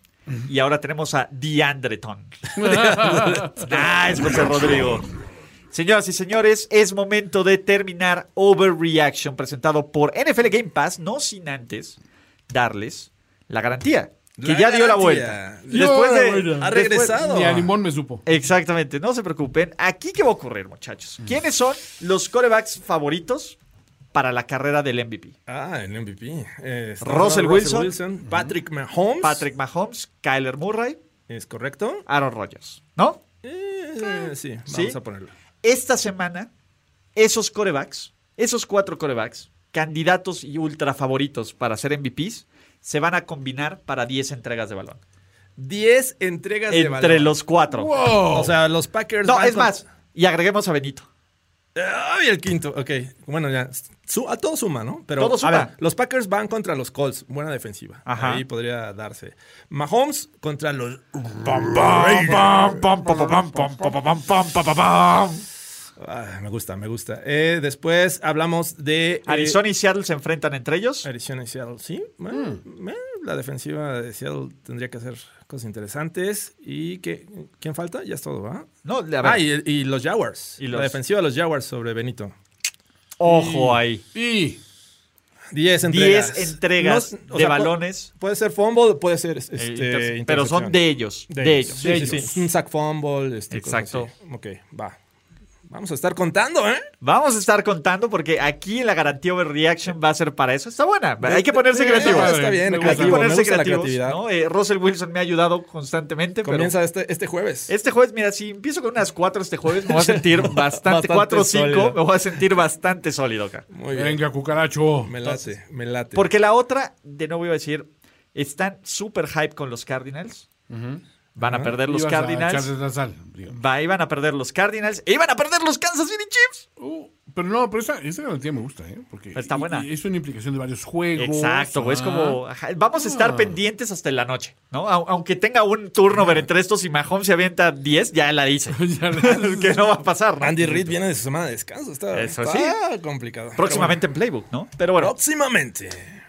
y ahora tenemos a Diandretron. nice, José Rodrigo. Señoras y señores, es momento de terminar Overreaction presentado por NFL Game Pass, no sin antes darles la garantía. Que
La
ya dio la
garantía.
vuelta.
Dio
Después
la
de-
vuelta.
Ha
después-
regresado.
Ni a limón me supo.
Exactamente, no se preocupen. Aquí qué va a ocurrir, muchachos.
Mm.
¿Quiénes son los corebacks favoritos para la carrera del MVP?
Ah, el MVP. Eh, está
Russell Wilson.
Patrick Mahomes.
Patrick Mahomes, Kyler Murray,
¿Es correcto?
Aaron Rodgers, ¿no?
Eh, sí, vamos
Ah, ¿Sí?
a ponerlo.
Esta semana, esos corebacks, esos cuatro corebacks, candidatos y ultra favoritos para ser MVPs, se van a combinar para 10 entregas de balón.
10 entregas de
Entre
balón.
los cuatro.
O sea, los Packers.
No,
van
es
con-
más, y agreguemos a Benito.
Ay, el quinto. Ok. Bueno, ya. Su- a todo suma, ¿no? Pero
Todo suma.
A ver, los Packers van contra los Colts. Buena defensiva.
Ajá.
Ahí podría darse. Mahomes contra los. Ah, me gusta, me gusta. Eh, después hablamos de. eh,
Arizona y Seattle se enfrentan entre ellos.
Arizona y Seattle, sí. Bueno,
Mm.
eh, la defensiva de Seattle tendría que hacer cosas interesantes. ¿Y qué, quién falta? Ya es todo, ¿va?
No, a ver,
Ah, y, y los Jaguars.
Y los-
La defensiva de los Jaguars sobre Benito.
ojo ahí.
Y
10 entregas.
10 entregas
No, o
de
sea,
balones,
pu- Puede ser fumble, puede ser. este,
eh, interce- pero son de ellos. De, ellos.
Mm, Sí, sí, sí. Un sack fumble. este, cosas
Exacto.
así. Ok, va. Vamos a estar contando, ¿eh?
Vamos a estar contando porque aquí la garantía overreaction va a ser para eso. Está buena. Hay que ponerse creativos.
Está bien,
Me
Hay que
creativo, me
ponerse
gusta la
creativos.
creatividad.
¿no? Eh, Russell Wilson me ha ayudado constantemente. pero-
Comienza este, este jueves.
Este jueves, mira, si empiezo con unas cuatro este jueves, me voy a sentir bastante,
Bastante
cuatro o cinco,
sólido.
me voy a sentir bastante sólido acá.
Muy bien.
Venga, cucaracho.
Me late, me late.
Porque la otra, de nuevo iba a decir, están súper hype con los Cardinals. Van a perder los
Ibas a
Cardinals.
echarles la sal, digo.
Va, iban a perder los Cardinals. E iban a perder los Kansas City Chiefs.
Uh, pero no, pero esa, esa garantía me gusta, ¿eh? Porque
Está
y-
buena.
y es una implicación de varios juegos.
Exacto, güey. Es
Ah.
como. ajá, vamos a estar pendientes hasta en la noche, ¿no? Au- aunque tenga un turno entre estos y Mahomes se avienta 10, ya la dice.
Ya la-
que no va a pasar. ¿no?
Andy Reid viene de su semana de descanso. Está,
Eso
está complicado.
Próximamente en Playbook, ¿no? Pero
Pero
bueno.
bueno, próximamente.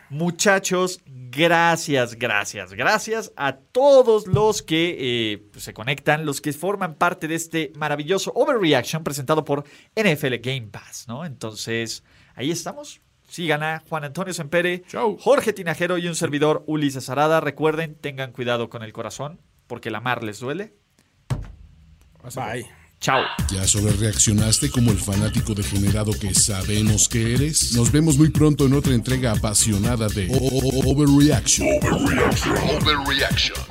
Muchachos, gracias, gracias, gracias a todos los que eh, pues, se conectan, los que forman parte de este maravilloso Overreaction presentado por NFL Game Pass, ¿no? Entonces, ahí estamos. Sigan a Juan Antonio Sempere,
Chau.
Jorge Tinajero y un servidor Ulises Arada. Recuerden, tengan cuidado con el corazón, porque la mar les duele.
Bye.
Chao.
¿Ya sobrereaccionaste como el fanático degenerado que sabemos que eres? Nos vemos muy pronto en otra entrega apasionada de O- O- O- Overreaction.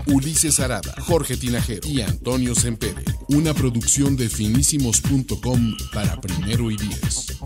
Ulises Arada, Jorge Tinajero y Antonio Sempere. Una producción de finísimos.com para primero y diez.